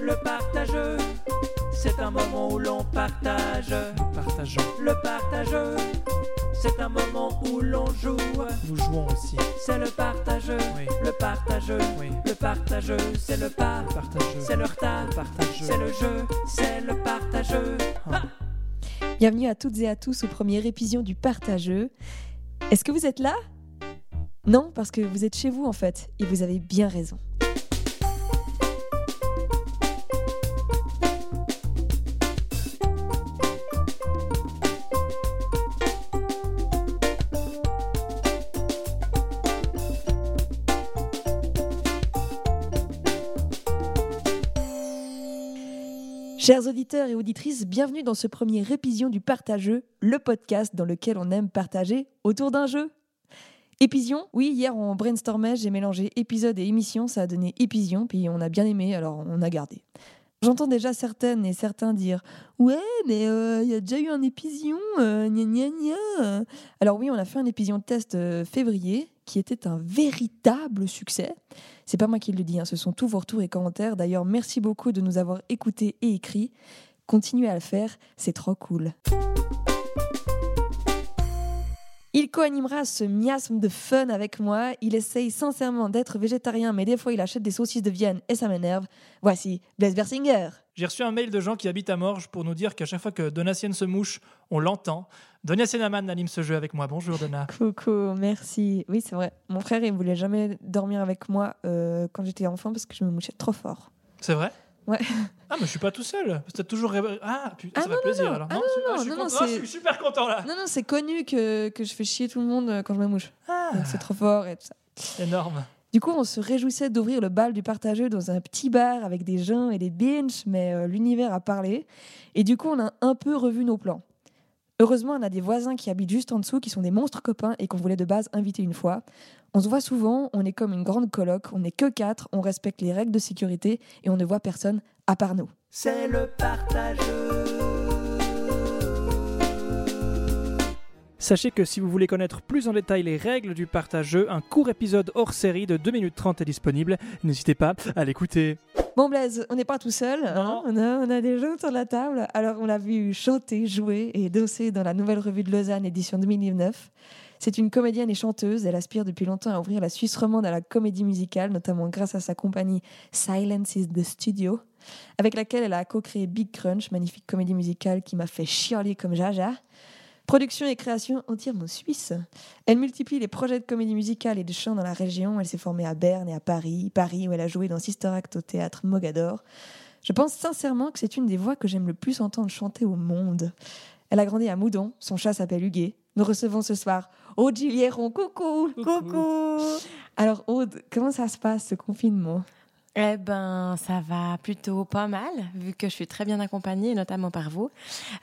le partage. C'est un moment où l'on partage. Partageons, Le partage. C'est un moment où l'on joue. nous jouons aussi. C'est le partage. Oui, Le partage. oui, Le partage. C'est le pas. partageux. C'est le retard. partageux. C'est le jeu. C'est le partageux. Ah. Bienvenue à toutes et à tous au premier épisode du Partageux. Est-ce que vous êtes là Non, parce que vous êtes chez vous en fait, et vous avez bien raison. Chers auditeurs et auditrices, bienvenue dans ce premier épisode du Partageux, le podcast dans lequel on aime partager autour d'un jeu. Épision Oui, hier on brainstormait, j'ai mélangé épisode et émission, ça a donné épision, puis on a bien aimé, alors on a gardé. J'entends déjà certaines et certains dire Ouais, mais euh, il y a déjà eu un épision, euh, gna gna gna. Alors oui, on a fait un épision de test euh, février qui était un véritable succès. C'est pas moi qui le dis, hein, ce sont tous vos retours et commentaires. D'ailleurs, merci beaucoup de nous avoir écoutés et écrits. Continuez à le faire, c'est trop cool. Il co-animera ce miasme de fun avec moi. Il essaye sincèrement d'être végétarien, mais des fois il achète des saucisses de Vienne et ça m'énerve. Voici Blaise Bersinger. J'ai reçu un mail de gens qui habitent à Morges pour nous dire qu'à chaque fois que Donatienne se mouche, on l'entend. Donatienne Aman anime ce jeu avec moi. Bonjour Donna. Coucou, merci. Oui, c'est vrai. Mon frère, il voulait jamais dormir avec moi euh, quand j'étais enfant parce que je me mouchais trop fort. C'est vrai Ouais. Ah, mais je suis pas tout seul. T'as toujours rêvé- Ah, putain, Ah, ça fait non, non, plaisir non. alors. Ah, je- non, je suis non, non, content. Ah, je c'est- suis super content là. Non, non, c'est connu que, que je fais chier tout le monde euh, quand je me mouche. Ah, Donc, c'est trop fort et tout ça. énorme. Du coup, on se réjouissait d'ouvrir le bal du partageux dans un petit bar avec des gens et des binges, mais euh, l'univers a parlé. Et du coup, on a un peu revu nos plans. Heureusement, on a des voisins qui habitent juste en dessous, qui sont des monstres copains et qu'on voulait de base inviter une fois. On se voit souvent, on est comme une grande coloc, on n'est que quatre, on respecte les règles de sécurité et on ne voit personne à part nous. C'est le partageux. Sachez que si vous voulez connaître plus en détail les règles du partageux, un court épisode hors série de 2 minutes 30 est disponible. N'hésitez pas à l'écouter. Bon Blaise, on n'est pas tout seul, hein, Non. on, a, on a des gens autour de la table. Alors on l'a vu chanter, jouer et danser dans la nouvelle revue de Lausanne édition 2009. C'est une comédienne et chanteuse, elle aspire depuis longtemps à ouvrir la Suisse romande à la comédie musicale, notamment grâce à sa compagnie Silence is the Studio, avec laquelle elle a co-créé Big Crunch, magnifique comédie musicale qui m'a fait chialer comme jaja. Production et création entièrement suisse. Elle multiplie les projets de comédie musicale et de chant dans la région. Elle s'est formée à Berne et à Paris, Paris où elle a joué dans Sister Act au théâtre Mogador. Je pense sincèrement que c'est une des voix que j'aime le plus entendre chanter au monde. Elle a grandi à Moudon, son chat s'appelle Huguet. Nous recevons ce soir Aude Gillieron. Coucou, Coucou Alors Aude, comment ça se passe ce confinement Eh ben, ça va plutôt pas mal, vu que je suis très bien accompagnée, notamment par vous,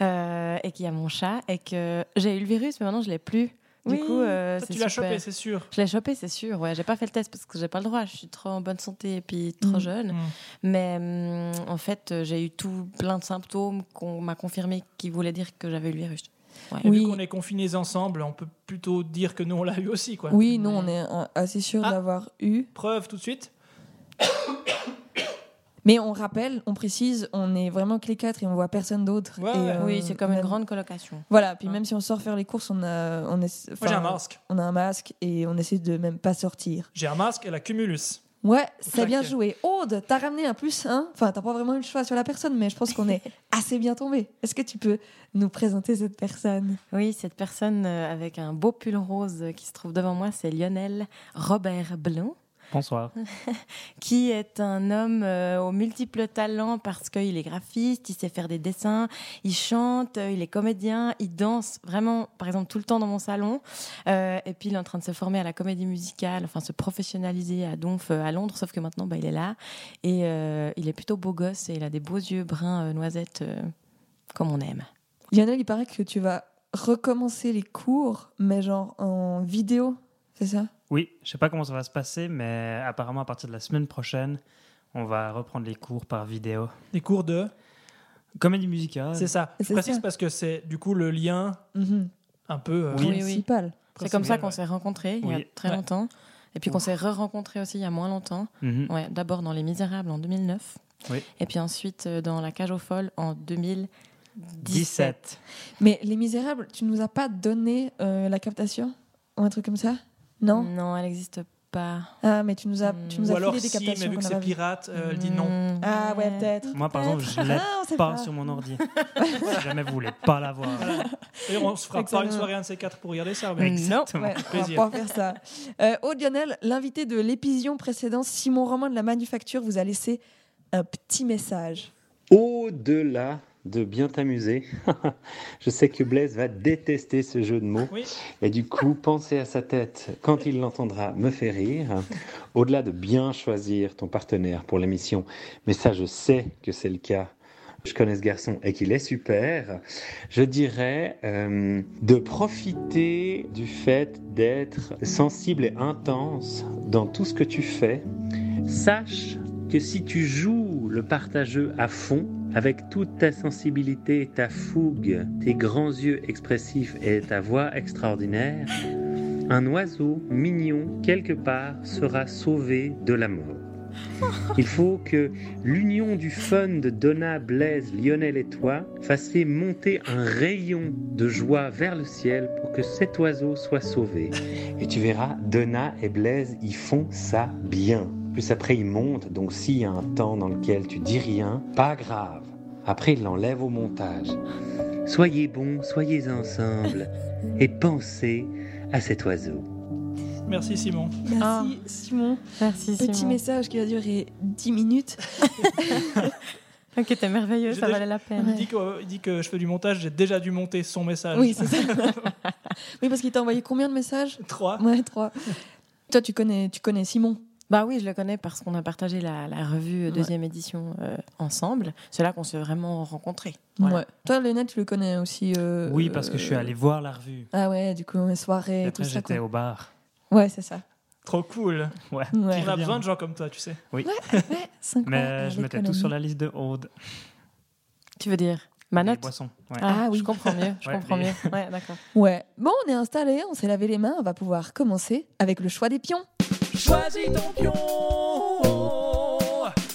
euh, et qu'il y a mon chat, et que j'ai eu le virus, mais maintenant je l'ai plus. Du Oui. coup, euh, Toi, c'est Ah, tu l'as super. chopé, c'est sûr. Je l'ai chopé, c'est sûr. Ouais, j'ai pas fait le test parce que j'ai pas le droit. Je suis trop en bonne santé et puis trop Mm. jeune. Mm. Mais hum, en fait, euh, j'ai eu tout plein de symptômes qu'on m'a confirmé qui voulaient dire que j'avais eu le virus. Et Oui. vu qu'on est confinés ensemble, on peut plutôt dire que nous, on l'a eu aussi. quoi. Oui, non, on est euh, assez sûr Ah. d'avoir eu. Preuve tout de suite. Mais on rappelle, on précise, on est vraiment que les quatre et on voit personne d'autre. Ouais, Et, ouais. euh, oui, c'est comme une même- grande colocation. Voilà, puis Hein. même si on sort faire les courses, on a, on essa- Moi, j'ai un enfin, masque. on a un masque et on essaie de même pas sortir. J'ai un masque et la cumulus. Ouais, c'est Claque. bien joué. Aude, t'as ramené un plus un. Enfin, t'as pas vraiment eu le choix sur la personne, mais je pense qu'on est assez bien tombé. Est-ce que tu peux nous présenter cette personne Oui, cette personne euh, avec un beau pull rose euh, qui se trouve devant moi, c'est Lionel Robert Blanc. Bonsoir. qui est un homme euh, aux multiples talents parce qu'il est graphiste, il sait faire des dessins, il chante, euh, il est comédien, il danse vraiment, par exemple, tout le temps dans mon salon. Euh, et puis, il est en train de se former à la comédie musicale, enfin, se professionnaliser à Donf, euh, à Londres, sauf que maintenant, bah, il est là. Et euh, il est plutôt beau gosse et il a des beaux yeux bruns euh, noisettes, euh, comme on aime. Lionel, il paraît que tu vas recommencer les cours, mais genre en vidéo, c'est ça Oui, je sais pas comment ça va se passer, mais apparemment à partir de la semaine prochaine, on va reprendre les cours par vidéo. Les cours de. Comédie musicale. C'est ça. Je C'est précise ça. parce que c'est du coup le lien Mhm. un peu. euh, Oui. oui. Principal. C'est comme ça qu'on ouais. s'est rencontrés il y a Oui. très Ouais. longtemps. Et puis qu'on s'est re-rencontrés aussi il y a moins longtemps. Mhm. Ouais, D'abord dans Les Misérables en 2009. Oui. Et puis ensuite euh, dans La Cage aux Folles en 2017. 17. Mais Les Misérables, tu nous as pas donné euh, la captation Ou un truc comme ça Non Non, elle n'existe pas. Ah, mais tu nous as, tu nous Ou as alors filé des si, captations. mais vu qu'on que avait c'est vues. pirate, euh, elle dit non. Mhm. Ah ouais, peut-être. Moi, par exemple, je l'ai Ah, on sait pas pas. sur mon ordi. si jamais vous voulez pas l'avoir. Et on se fera pas Exactement. une soirée un de ces quatre pour regarder ça. mais- Exactement. Ouais, on va Plaisir. pouvoir faire ça. Euh, Aude Lionel, l'invité de l'épision précédente, Simon Roman de la Manufacture, vous a laissé un petit message. Au-delà de bien t'amuser, je sais que Blaise va détester ce jeu de mots. Oui. Et du coup, penser à sa tête quand il l'entendra me fait rire. Au-delà de bien choisir ton partenaire pour l'émission, mais ça, je sais que c'est le cas. Je connais ce garçon et qu'il est super. Je dirais euh, de profiter du fait d'être sensible et intense dans tout ce que tu fais. Sache que si tu joues le partageux à fond, avec toute ta sensibilité, ta fougue, tes grands yeux expressifs et ta voix extraordinaire, un oiseau mignon quelque part sera sauvé de la mort. Il faut que l'union du fun de Donna, Blaise, Lionel et toi fasse monter un rayon de joie vers le ciel pour que cet oiseau soit sauvé. Et tu verras, Donna et Blaise, ils font ça bien. Plus après, ils montent, donc s'il y a un temps dans lequel tu dis rien, pas grave. Après, ils l'enlèvent au montage. Soyez bons, soyez ensemble et pensez à cet oiseau. Merci Simon. Merci Ah. Simon. Merci Petit Simon. message qui va durer 10 minutes. Ok, t'es merveilleux, J'ai ça déjà- valait la Il, peine. dit que, il dit que je fais du montage, j'ai déjà dû monter son message. Oui, c'est ça. oui, parce qu'il t'a envoyé combien de messages Trois. Ouais, trois. Toi, tu connais, tu connais Simon. Bah oui, je le connais parce qu'on a partagé la, la revue euh, deuxième édition euh, ensemble. C'est là qu'on s'est vraiment rencontrés. Voilà. Ouais. Toi, Lionel, tu le connais aussi. euh, Oui, parce que je suis allé voir la revue. Ah ouais, du coup, une soirée, Et tout après, ça. j'étais quoi. Ah, au bar. Ouais, c'est ça. Trop cool. Ouais. Ouais. On a Très bien. besoin de gens comme toi, tu sais. Cinq mois Mais euh, à je mettais tout l'économie. sur la liste de Aude. Tu veux dire ma Les note boissons. ouais. ah, Ah oui. je comprends mieux. Je Ouais, comprends les- mieux. Ouais, d'accord. Ouais. Bon, on est installé, on s'est lavé les mains, on va pouvoir commencer avec le choix des pions. Choisis ton pion.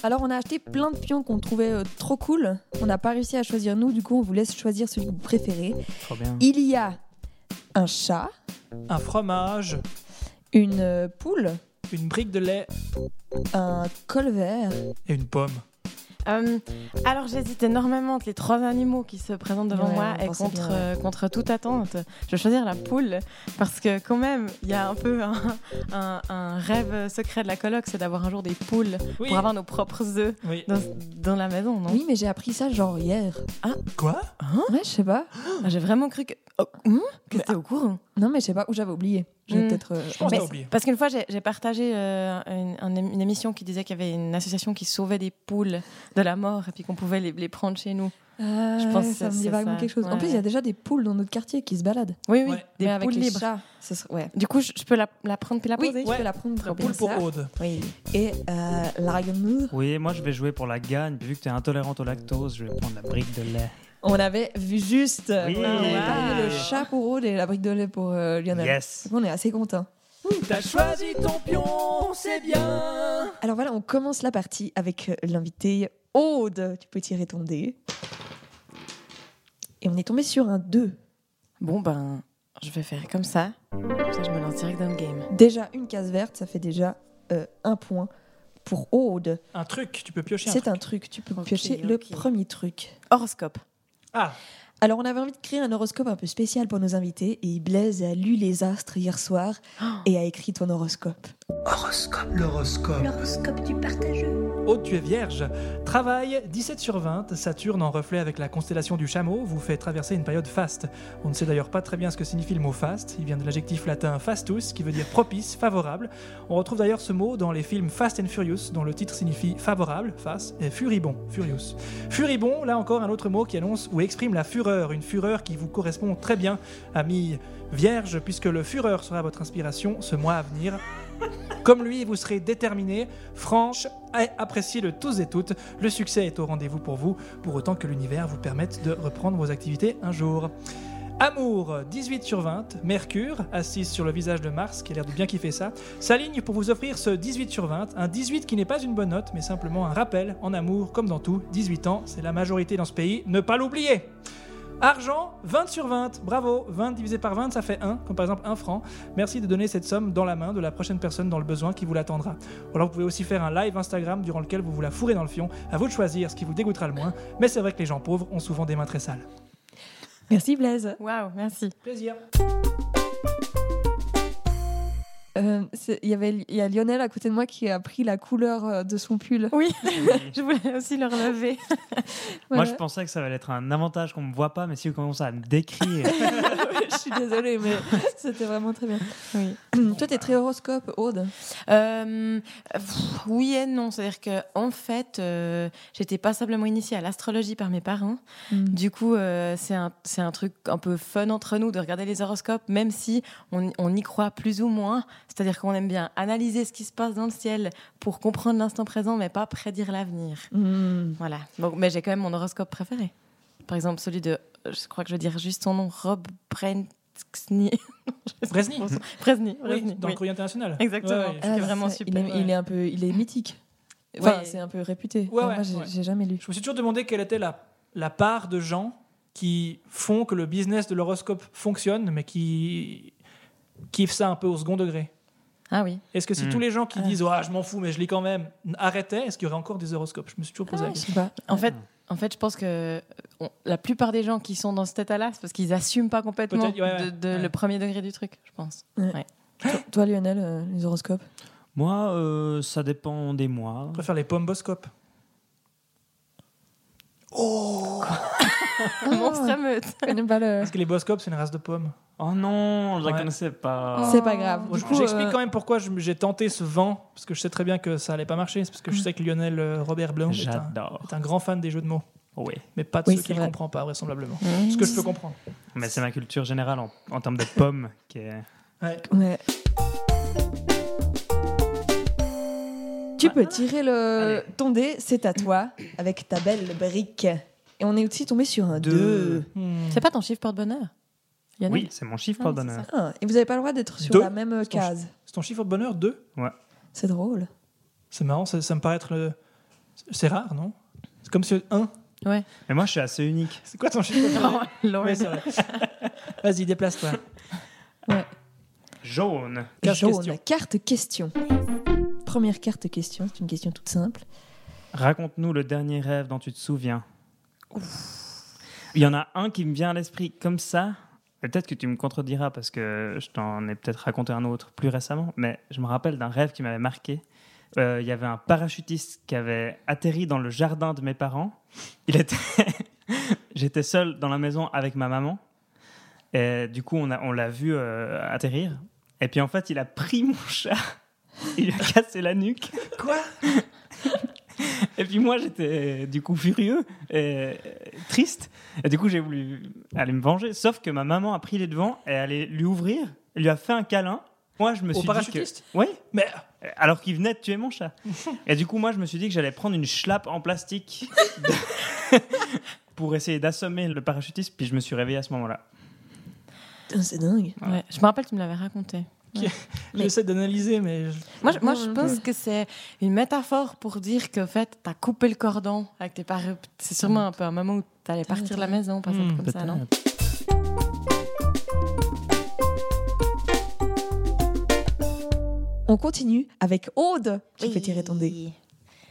Alors, on a acheté plein de pions qu'on trouvait euh, trop cool. On n'a pas réussi à choisir nous, du coup, on vous laisse choisir celui que vous préférez. Trop bien. Il y a un chat, Un fromage, une euh, poule, une brique de lait un colvert. et une pomme. Euh, alors j'hésite énormément entre les trois animaux qui se présentent devant Ouais, moi on et pensait contre, bien, ouais. euh, contre toute attente, je vais choisir la poule parce que quand même, il y a un peu un, un- un rêve secret de la coloc, c'est d'avoir un jour des poules Oui. pour avoir nos propres œufs Oui. dans, dans la maison, non Oui, mais j'ai appris ça genre hier. Hein Quoi Ouais, je sais pas. Ah, J'ai vraiment cru que... Oh, hum, que c'était au courant. Non, mais je sais pas où j'avais oublié. J'ai Hmm. peut-être. euh, Je pense que Mais- t'as oublié. Parce qu'une fois, j'ai j'ai partagé euh, une, un- une émission qui disait qu'il y avait une association qui sauvait des poules de la mort et puis qu'on pouvait les, les prendre chez nous. Ah, Je pense que ça me c'est dit vaguement ça. quelque chose. En Ouais. plus, il y a déjà des poules dans notre quartier qui se baladent. Oui, oui, Ouais. des mais avec poules les libres. chats, ce serait- ouais. Du coup, je, je peux la, la prendre puis la Oui, poser tu peux la prendre La comme poule pour ça. Aude. Oui. Et euh, la Ragnarok, Oui, moi je vais jouer pour la gagne. Puis vu que tu es intolérante au lactose, je vais prendre la brique de lait. On avait vu juste. euh, Oui. On avait Wow. parlé le chat pour Aude et la brique de lait pour euh, Lionel. Yes. On est assez contents. T'as choisi ton pion, c'est bien. Alors voilà, on commence la partie avec euh, l'invité Aude. Tu peux tirer ton dé. Et on est tombé sur un 2. Bon, ben, je vais faire comme ça. Comme ça, je me lance direct dans le game. Déjà une case verte, ça fait déjà euh, un point pour Aude. Un truc, tu peux piocher un C'est truc. un truc, tu peux Ok, piocher le ok. premier truc. Horoscope. Ah, Alors on avait envie de créer un horoscope un peu spécial pour nos invités et Blaise a lu les astres hier soir et a écrit ton horoscope. l'horoscope. L'horoscope du partageux. Aude, tu es vierge. Travail, 17 sur 20. Saturne en reflet avec la constellation du chameau vous fait traverser une période faste. On ne sait d'ailleurs pas très bien ce que signifie le mot faste. Il vient de l'adjectif latin fastus, qui veut dire propice, favorable. On retrouve d'ailleurs ce mot dans les films Fast and Furious, dont le titre signifie favorable, face, et furibond, furious. Furibond, là encore un autre mot qui annonce ou exprime la fureur, une fureur qui vous correspond très bien, ami vierge, puisque le fureur sera votre inspiration ce mois à venir. Comme lui, vous serez déterminé, franche et appréciez le tous et toutes. Le succès est au rendez-vous pour vous, pour autant que l'univers vous permette de reprendre vos activités un jour. Amour, 18 sur 20. Mercure, assise sur le visage de Mars, qui a l'air de bien kiffer ça, s'aligne pour vous offrir ce 18 sur 20. Un 18 qui n'est pas une bonne note, mais simplement un rappel en amour, comme dans tout. 18 ans, c'est la majorité dans ce pays, ne pas l'oublier. Argent, 20 sur 20. Bravo, 20 divisé par 20, ça fait 1, comme par exemple 1 franc. Merci de donner cette somme dans la main de la prochaine personne dans le besoin qui vous l'attendra. Ou alors vous pouvez aussi faire un live Instagram durant lequel vous vous la fourrez dans le fion. À vous de choisir ce qui vous dégoûtera le moins. Mais c'est vrai que les gens pauvres ont souvent des mains très sales. Merci Blaise. Waouh, merci. Plaisir. Euh, c'est- Il y avait, il y a Lionel à côté de moi qui a pris la couleur euh, de son pull. Oui, je voulais aussi le relever. Moi, Voilà. je pensais que ça allait être un avantage qu'on me voit pas, mais si vous commencez à me décrire, je suis désolée, mais c'était vraiment très bien. Hum, Oui. Toi, t'es très horoscope, Aude. Euh, pff, oui et non. C'est-à-dire que en fait, euh, j'étais passablement initiée à l'astrologie par mes parents. Hum. Du coup, euh, c'est un, c'est un truc un peu fun entre nous de regarder les horoscopes, même si on, on y croit plus ou moins. C'est-à-dire qu'on aime bien analyser ce qui se passe dans le ciel pour comprendre l'instant présent, mais pas prédire l'avenir. Mm. Voilà. Bon, mais j'ai quand même mon horoscope préféré. Par exemple, celui de, je crois que je veux dire juste son nom, Rob Brensny. Bresny Presny. Oui, Presny, dans oui. le courrier international. Exactement. Ouais, ouais. Ah, c'est vraiment super, Il est, il est un peu, il est mythique. Enfin, Ouais. c'est un peu réputé. Ouais, Enfin, ouais, moi, j'ai ouais. j'ai jamais lu. Je me suis toujours demandé quelle était la, la part de gens qui font que le business de l'horoscope fonctionne, mais qui kiffent ça un peu au second degré. Ah oui. Est-ce que si Hmm. tous les gens qui Ah. disent ah je m'en fous mais je lis quand même arrêtaient, est-ce qu'il y aurait encore des horoscopes Je me suis toujours posé Ah, la Ah, Je question. sais pas. En fait, Ah. en fait, je pense que euh, on- la plupart des gens qui sont dans cet état-là, c'est parce qu'ils n'assument pas complètement Peut-être, ouais, ouais, de, de ouais. le premier degré du truc, je pense. Toi, Lionel, euh, les horoscopes. moi, euh, ça dépend des mois. Je préfère les bomboscopes. Ah. Mon streameute. Je connais pas le. Parce que les bomboscopes c'est une race de pommes. Oh non, je la Ouais. connaissais pas. Oh. C'est pas grave. Bon, Du je- coup, J'explique euh, quand même pourquoi je- j'ai tenté ce vent parce que je sais très bien que ça allait pas marcher. C'est parce Mm. que je sais que Lionel euh, Robert Blanc est un, J'adore. est un grand fan des jeux de mots, Oui. mais pas de Oui, ceux c'est qu'il vrai. Mm. comprend pas vraisemblablement. Ce que je peux comprendre. Mais c'est ma culture générale en, en termes de pommes qui est. Ouais. euh, ouais. Tu peux tirer le ton dé, c'est à toi, avec ta belle brique. Et on est aussi tombé sur un 2. Hmm. C'est pas ton chiffre porte-bonheur Lionel Oui, c'est mon chiffre Ah, mais pardonneur. c'est et vous n'avez pas le droit d'être sur Deux. la même ton case. C'est ton chiffre de bonheur 2 C'est drôle. C'est marrant, ça, ça me paraît être le... C'est rare, non C'est comme si... 1 Mais moi, je suis assez unique. C'est quoi ton chiffre de bonheur Oh, Lord. Ouais, c'est vrai. Vas-y, déplace-toi. Jaune. Carte Jaune. question. Carte question. Première carte question, c'est une question toute simple. Raconte-nous le dernier rêve dont tu te souviens. Il y en a un qui me vient à l'esprit comme ça. Et Peut-être que tu me contrediras parce que je t'en ai peut-être raconté un autre plus récemment, mais je me rappelle d'un rêve qui m'avait marqué. Euh, Il y avait un parachutiste qui avait atterri dans le jardin de mes parents. Il était, j'étais seul dans la maison avec ma maman. Et du coup, on a- on l'a vu euh, atterrir. Et puis en fait, il a pris mon chat. Il lui a cassé la nuque. Quoi Et puis moi, j'étais euh, du coup furieux et euh, triste. Et du coup, j'ai voulu aller me venger. Sauf que ma maman a pris les devants et allait lui ouvrir, lui a fait un câlin. Moi, je me Au suis parachutiste dit que... Oui, Mais Euh, alors qu'il venait de tuer mon chat. et du coup, moi, je me suis dit que j'allais prendre une schlappe en plastique de- pour essayer d'assommer le parachutiste. Puis je me suis réveillé à ce moment-là. Putain, c'est dingue. Ouais, Je me rappelle, tu me l'avais raconté. Mais- j'essaie d'analyser, mais... je- Moi, je, moi, Non, je non, pense que c'est une métaphore pour dire qu'en fait, t'as coupé le cordon avec tes parents. C'est sûrement un peu un moment où t'allais partir de la maison, par exemple, Hmm, comme ça, non On continue avec Aude qui fait tirer ton dé. Oui.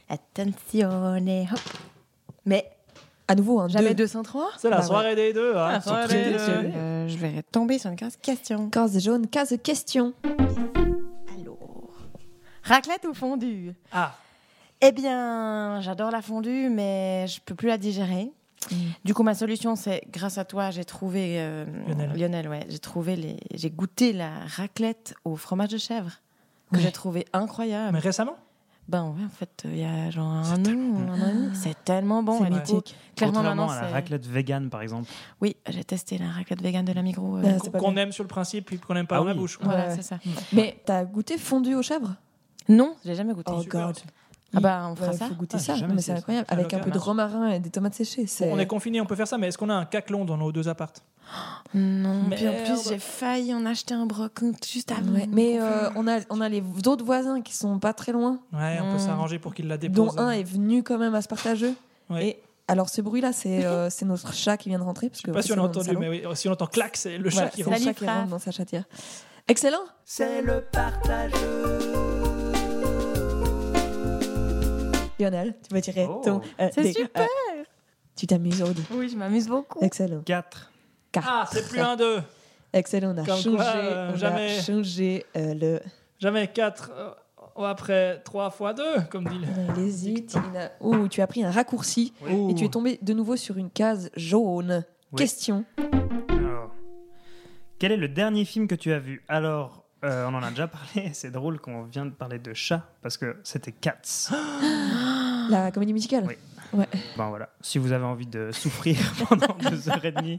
Attention, et hop. Mais À nouveau un jamais 2. 203 C'est la Bah ouais. soirée des deux, hein. Ah, Surtout ouais, des deux. deux. euh, Je vais tomber sur une case question. Case jaune, case question. Alors, raclette ou fondue Ah, Eh bien, j'adore la fondue, mais je peux plus la digérer. Mm. Du coup, ma solution, c'est grâce à toi, j'ai trouvé euh, Lionel. ouais, j'ai trouvé les, j'ai goûté la raclette au fromage de chèvre que Ouais. j'ai trouvé incroyable. mais récemment Ah, Ben ouais, en fait, il y a genre C'est un an, un an et demi. C'est tellement bon. C'est et du coup, mythique. clairement Contrairement maintenant, à la c'est- raclette vegan, par exemple. Oui, j'ai testé la raclette végane de la Migros. euh, Ouais. Ah, c'est Qu'on pas qu'on bien. aime sur le principe, puis qu'on aime pas Ah dans la oui. bouche. Voilà, Ouais. c'est ça. Mais t'as goûté fondu aux chèvres Non, j'ai jamais goûté. Oh super. god. Ah bah, on fera Il ça. faut goûter Ah, j'ai ça. jamais Mais essayé c'est ça. incroyable. Ah, Avec ok, un peu de mince. romarin et des tomates séchées. c'est- On est confiné, on peut faire ça, mais est-ce qu'on a un caclon dans nos deux appartes Non, Merde. puis en plus, j'ai failli en acheter un brocante juste avant. euh, Ouais, Mais euh, on, a, on a les autres voisins qui sont pas très loin, Ouais, on peut Hmm. s'arranger pour qu'il la dépose. dont un est venu quand même à se partager. Ouais. Et alors ce bruit-là, c'est euh, c'est notre chat qui vient de rentrer. Parce Je que sais pas si on c'est a dans le entendu, salon. mais oui, si on entend clac, c'est le Voilà, chat qui c'est rentre. le rentre. chat qui Salut, rentre Fra. dans sa chatière. Excellent. c'est le partage. Lionel, tu vas tirer Oh. ton. euh, C'est des- super. euh, tu t'amuses, Aude. Oui, je m'amuse beaucoup. Excellent. 4. Quatre. Ah, c'est plus un d'eux. Excellent. On a Comme changé, quoi, euh, on jamais. a changé euh, le. Jamais 4 après 3 fois 2, comme dit le. Non, il hésite. il a- Ouh, tu as pris un raccourci et tu es tombé de nouveau sur une case jaune. Oui. Question. Alors, quel est le dernier film que tu as vu Alors, euh, on en a déjà parlé. C'est drôle qu'on vienne de parler de chat parce que c'était Cats. La comédie musicale. Oui. ben voilà. Si vous avez envie de souffrir pendant deux heures et demie,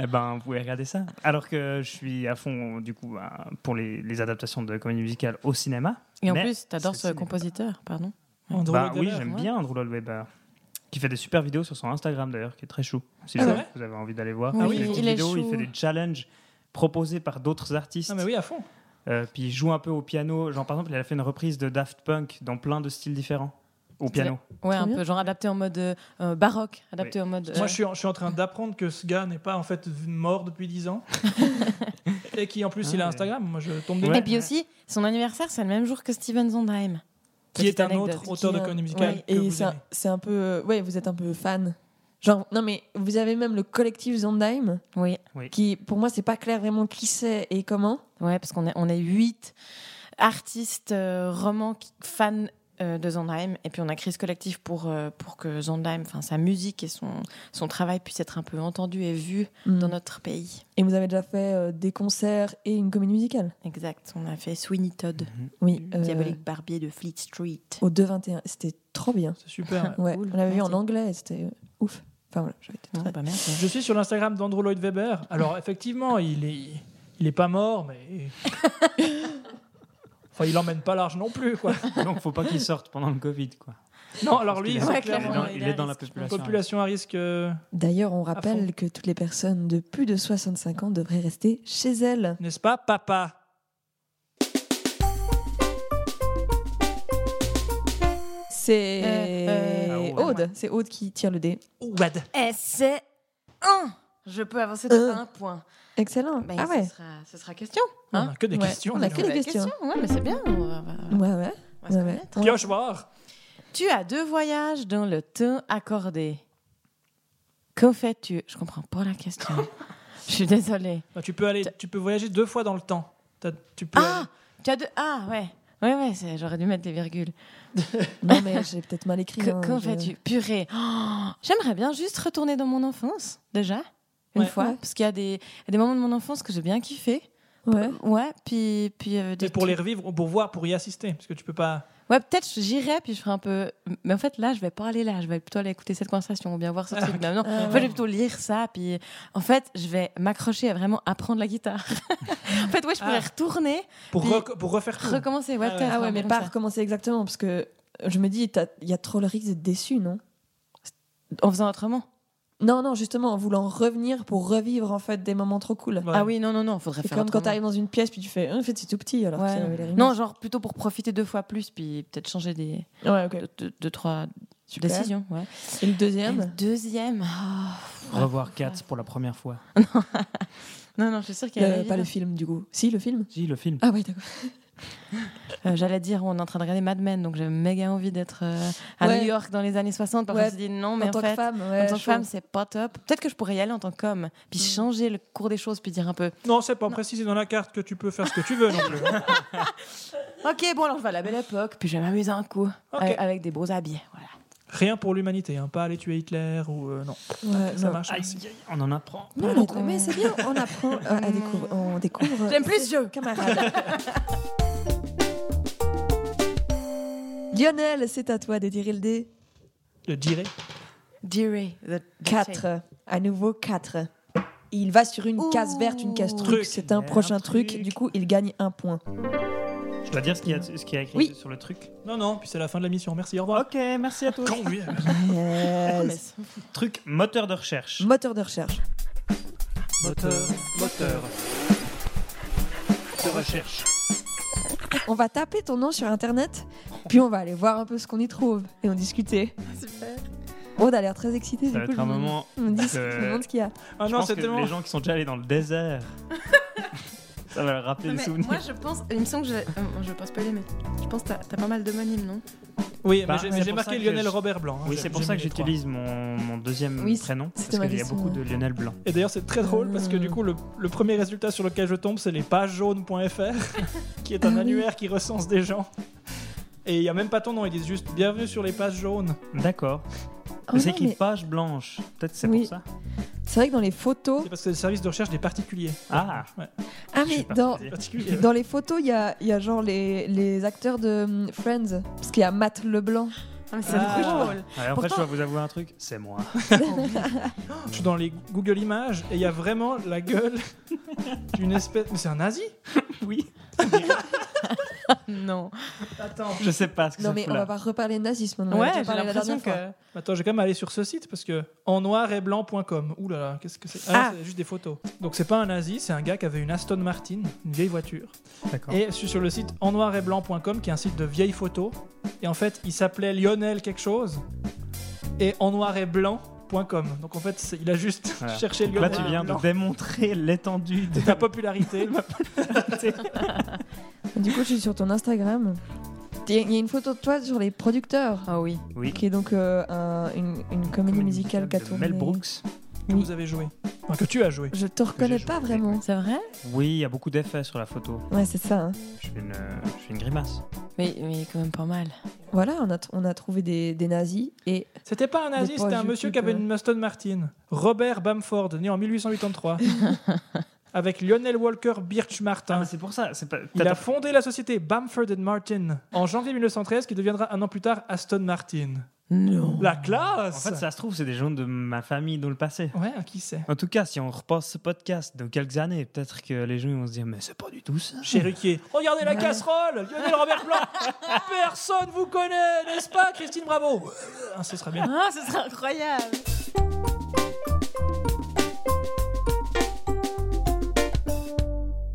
eh ben vous pouvez regarder ça. Alors que je suis à fond du coup ben, pour les, les adaptations de comédie musicale au cinéma. Et en Mais plus, t'adores c'est ce cinéma. compositeur, pardon. Andrew Bah Weber. oui, j'aime ouais. bien Andrew Lloyd Webber. Qui fait des super vidéos sur son Instagram d'ailleurs, qui est très chou. Si Ah jamais ouais vous avez envie d'aller voir, Ah il, oui, fait des il petites est vidéos, il chou. fait des challenges proposés par d'autres artistes. Ah, mais oui, à fond. Euh, puis il joue un peu au piano. Genre, par exemple, il a fait une reprise de Daft Punk dans plein de styles différents au piano. Ouais, un bien. peu genre adapté en mode euh, euh, baroque, adapté en mode. Moi, euh, je suis, en, je suis en train d'apprendre que ce gars n'est pas en fait mort depuis 10 ans. et qui, en plus, Ah, il a ouais. Instagram. Moi, je tombe des Ouais. Et puis aussi, son anniversaire, c'est le même jour que Steven Sondheim. Qui est Petite un anecdote. autre auteur de Qui, euh, comédie musicale. ouais, que et vous c'est un- aimez. c'est un peu. euh, Ouais, vous êtes un peu fan. Genre, non mais vous avez même le collectif Zondheim Oui, qui, pour moi, c'est pas clair vraiment qui c'est et comment. ouais, parce qu'on est, on est huit artistes euh, romans qui- fans euh, de Sondheim. Et puis on a créé ce collectif pour, euh, pour que Sondheim, enfin sa musique et son, son travail puissent être un peu entendu et vu dans Mm. notre pays. Et vous avez déjà fait euh, des concerts et une comédie musicale. Exact. On a fait Sweeney Todd, Oui. euh, Diabolique Barbier de Fleet Street. Au 2-21. C'était trop bien. C'est super. ouais. Ouais, cool. on l'avait vu en Merci. anglais, et c'était euh, ouf. Enfin voilà, j'avais été Non, très... bah merde. Je suis sur l'Instagram d'Andrew Lloyd Webber. Alors, effectivement, il est, il est pas mort, mais. Enfin, il emmène pas large non plus, quoi. Donc, faut pas qu'il sorte pendant le Covid. Quoi. Non, alors lui, Parce qu'il c'est est- Il est clairement dans, il il est est à dans la risque, je une population. population à risque. euh, D'ailleurs, on À fond. rappelle que toutes les personnes de plus de 65 ans devraient rester chez elles. N'est-ce pas, papa C'est Euh, euh, Aude, c'est Aude qui tire le dé. Ouad Et c'est 1 Je peux avancer de Un. 1 point. Excellent. Ben, Euh. ah ce ouais. sera- ce sera question. hein? On a que des Ouais, questions. on a dis que donc. des questions. Ouais, mais c'est bien. on va- on va- on va Ouais ouais. se ouais, ouais. connaître. Pioche voir Tu as deux voyages dans le temps accordé. Que fais-tu Je comprends pas la question. Je suis désolée. Bah, tu, peux aller, tu peux voyager deux fois dans le temps. T'as- Tu peux Ah Tu as deux. Ah ouais. Ouais, ouais, c'est- j'aurais dû mettre des virgules. Non mais j'ai peut-être mal écrit. Que, hein, que je- fais-tu Purée. Oh, J'aimerais bien juste retourner dans mon enfance, déjà, une Ouais. fois. Ouais. Parce qu'il y a des, il y a des moments de mon enfance que j'ai bien kiffé. Ouais. Ouais, puis. puis euh, des Mais pour les trucs- revivre, ou pour voir, pour y assister. Parce que tu peux pas. Ouais, peut-être j'irai, puis je ferai un peu. Mais en fait, là, je vais pas aller là. Je vais plutôt aller écouter cette conversation ou bien voir ce truc. Mais non, Ah, en fait, je vais plutôt lire ça. Puis en fait, je vais m'accrocher à vraiment apprendre la guitare. en fait, ouais, je pourrais Ah. retourner, Pour, Puis- re- pour refaire tout. recommencer. Ouais, Ah ouais. peut-être, Ah un ouais, peu mais comme pas ça. recommencer exactement parce que je me dis t'as- il y a trop le risque d'être déçu, non En faisant autrement. Non non, justement en voulant revenir pour revivre en fait des moments trop cool. Ouais. Ah oui, non, non, non, faudrait C'est faire. comme quand autrement. t'arrives dans une pièce puis tu fais en fait c'est tout petit alors Ouais. que ça avait l'air Non, genre plutôt pour profiter deux fois plus, puis peut-être changer des immense. ouais, ok. deux, deux- deux, trois Super. décisions. Ouais. Et le Et le deuxième deuxième. ah, Revoir Cats pour la première fois. Non, non, je suis sûre qu'il y a. Le- Pas le film du coup. Si le film Si, le film. Ah oui, d'accord. Euh, J'allais dire, on est en train de regarder Mad Men, donc j'avais méga envie d'être euh, à Ouais. New York dans les années 60. Parfois, Ouais, je me suis dit non, mais En en, tant fait, que femme, en ouais. tant que chaud. femme, c'est pas top. Peut-être que je pourrais y aller en tant qu'homme, puis changer le cours des choses, puis dire un peu Non, c'est pas précisé dans la carte que tu peux faire ce que tu veux non plus. hein. Ok, bon, alors je vais à la belle époque, puis je vais m'amuser un coup Ok. avec, avec des beaux habits. Voilà. Rien pour l'humanité, hein. pas aller tuer Hitler ou. euh, non, Ouais, ça non. marche. Aïe, merci. aïe, on en apprend. Non, mais- mais c'est bien, on apprend euh, à découvrir. On découvre. J'aime plus jeu, camarade. Lionel, c'est à toi de tirer le dé. Le direct. Deary, the, the shape. 4. À nouveau 4. Il va sur une Ouh. case verte, une case truc. Truc. C'est un Ouais, prochain un truc. truc. Du coup, il gagne un point. Oh, Je dois dire ce qu'il y a, ce qu'il y a écrit Oui. sur le truc. Non, non, puis c'est la fin de la mission. Merci, au revoir. Ok, merci à tous. Con, lui. Yes. Mais c'est- Truc moteur de recherche. Moteur de recherche. moteur, moteur. De recherche, On va taper ton nom sur internet, puis on va aller voir un peu ce qu'on y trouve et on discuter. Super. Aude a l'air très excitée. Ça va être un moment. On dit Euh, je me demande ce qu'il y a. Ah je non, pense c'est que tellement. Les gens qui sont déjà allés dans le désert. ça va leur rappeler Non, des mais souvenirs. moi, je pense. Il me semble que je. euh, je pense pas les, mais je pense que t'as- t'as pas mal d'homonymes, non Oui, mais Bah, j'ai- c'est mais j'ai pour marqué ça que Lionel je- Robert Blanc. hein, Oui, j'ai- c'est pour j'ai ça mis que les trois. j'utilise mon, mon deuxième Oui, c'est- prénom. c'était Parce ma qu'il y a question, beaucoup ouais. de Lionel Blanc. Et d'ailleurs, c'est très drôle parce que du Ah. coup, le, le premier résultat sur lequel je tombe, c'est les pagesjaunes.fr, qui est Ah un oui. annuaire qui recense des gens. Et il n'y a même pas ton nom, ils disent juste bienvenue sur les pages jaunes. D'accord. Oh Mais c'est non, écrit mais page blanche. Peut-être c'est Oui. pour ça. C'est vrai que dans les photos, C'est parce que c'est le service de recherche des particuliers. Ah. Ouais, ah Je sais mais pas. dans, particuliers. dans les photos, il y a, il y a genre les, les acteurs de hum, Friends, parce qu'il y a Matt Leblanc. c'est Ah. drôle. Ouais, en fait, Pourtant- je dois vous avouer un truc. C'est moi. Je suis dans les Google Images et il y a vraiment la gueule d'une espèce. Mais c'est un nazi oui. Non. Attends. Je sais pas ce que Non ça mais fout on va là. pas reparler de nazisme. On en a Ouais, déjà j'ai parlé la l'impression dernière fois. que. Attends, j'ai quand même allé sur ce site parce que en noir et blanc.com. Ouh là là, qu'est-ce que c'est Ah, Ah. c'est juste des photos. Donc c'est pas un nazi, c'est un gars qui avait une Aston Martin, une vieille voiture. D'accord. Et je suis sur le site en noir et blanc.com qui est un site de vieilles photos. Et en fait, il s'appelait Lionel quelque chose et en noir et blanc.com. Donc en fait, c'est- il a juste Voilà. cherché Donc Là, Lionel. tu viens Blanc. de démontrer l'étendue de. de ta popularité. Du coup, je suis sur ton Instagram. Il y a- il y a une photo de toi sur les producteurs, Ah oui. Oui. qui est donc euh, un- une, une comédie, musicale qu'a de Mel tournée. Brooks. que vous avez joué. Enfin, que tu as joué. Je te reconnais pas joué, vraiment. C'est vrai Oui, il y a beaucoup d'effets sur la photo. Ouais, c'est ça. hein. Je fais une, euh, je fais une grimace. Mais, mais quand même pas mal. Voilà, on a, tr- on a trouvé des, des nazis et C'était pas un nazi, Des c'était un pages monsieur YouTube, qui avait ouais. une Aston Martin. Robert Bamford, né en 1883. avec Lionel Walker Birch Martin. Ah, c'est pour ça. C'est pas. Il a fondé la société Bamford and Martin en janvier 1913, qui deviendra un an plus tard Aston Martin. Non. La En classe fait, ça se trouve, c'est des gens de ma famille dans le passé. Ouais, qui sait En tout cas, si on repasse ce podcast dans quelques années, peut-être que les gens ils vont se dire Mais c'est pas du tout ça. Chez Ruquier. Regardez la casserole Lionel Robert Blanc Personne vous connaît, n'est-ce pas, Christine Bravo Ah, Ce sera bien. Ah, ce serait incroyable.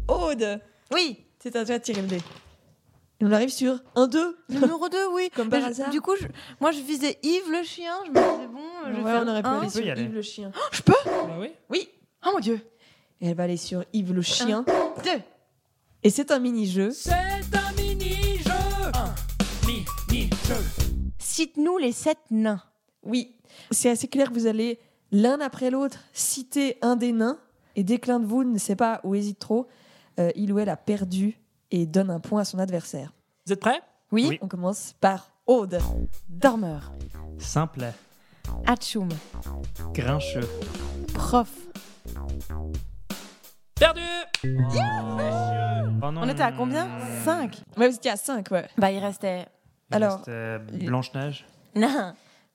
Aude Oui, c'est à toi de tirer le dé. Et on arrive sur un 2 Numéro 2, oui. Comme Mais par je- hasard. Du coup, je- moi, je visais Yves le chien. Je me disais, bon, euh, je vais faire on aurait pu un. aller Tu peux sur y aller. Yves le chien. Je peux Bah oui. Oui. Oh mon dieu. Et elle va aller sur Yves le chien. Deux. Et c'est un mini-jeu. c'est un mini-jeu. Un mini-jeu. Cite-nous les sept nains. Oui, c'est assez clair que vous allez l'un après l'autre citer un des nains. Et dès que l'un de vous ne sait pas ou hésite trop, euh, il ou elle a perdu et donne un point à son adversaire. Vous êtes prêts Oui. Oui. On commence par Aude. Dormeur. Simple, Hachoum. grincheux. Prof. Perdu Oh non. On était à combien Cinq. Ouais, vous étiez à 5, ouais. Bah, il restait. Il Alors- reste, euh, Blanche-Neige. Non.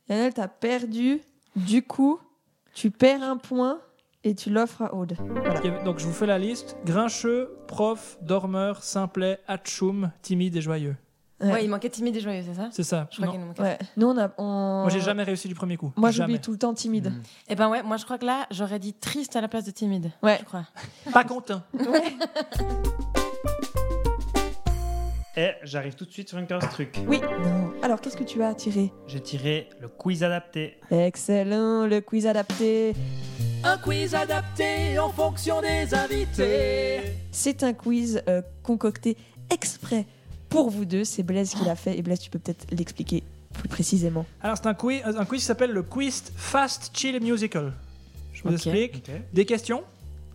Lionel, t'as perdu. Du coup, tu perds un point et tu l'offres à Aude. Il y avait- Donc je vous fais la liste. Grincheux, prof, dormeur, simplet, atchoum, timide et joyeux. Ouais. Ouais, il manquait timide et joyeux, c'est ça C'est ça. Je crois Non. qu'il nous manquait. Ouais. Nous, on a. on- Moi j'ai jamais réussi du premier coup. Moi, jamais. j'oublie tout le temps timide. Mm. Eh ben ouais, moi je crois que là, j'aurais dit triste à la place de timide. Ouais. Je crois. Pas content. Et j'arrive tout de suite sur une case truc. Oui. Non. Alors, qu'est-ce que tu as tiré J'ai tiré le quiz adapté. Excellent, le quiz adapté. Un quiz adapté en fonction des invités. C'est un quiz euh, concocté exprès pour vous deux. C'est Blaise qui l'a fait. Et Blaise, tu peux peut-être l'expliquer plus précisément. Alors c'est un quiz, euh, un quiz qui s'appelle le quiz Fast Chill Musical. Je vous Ok. explique. Des questions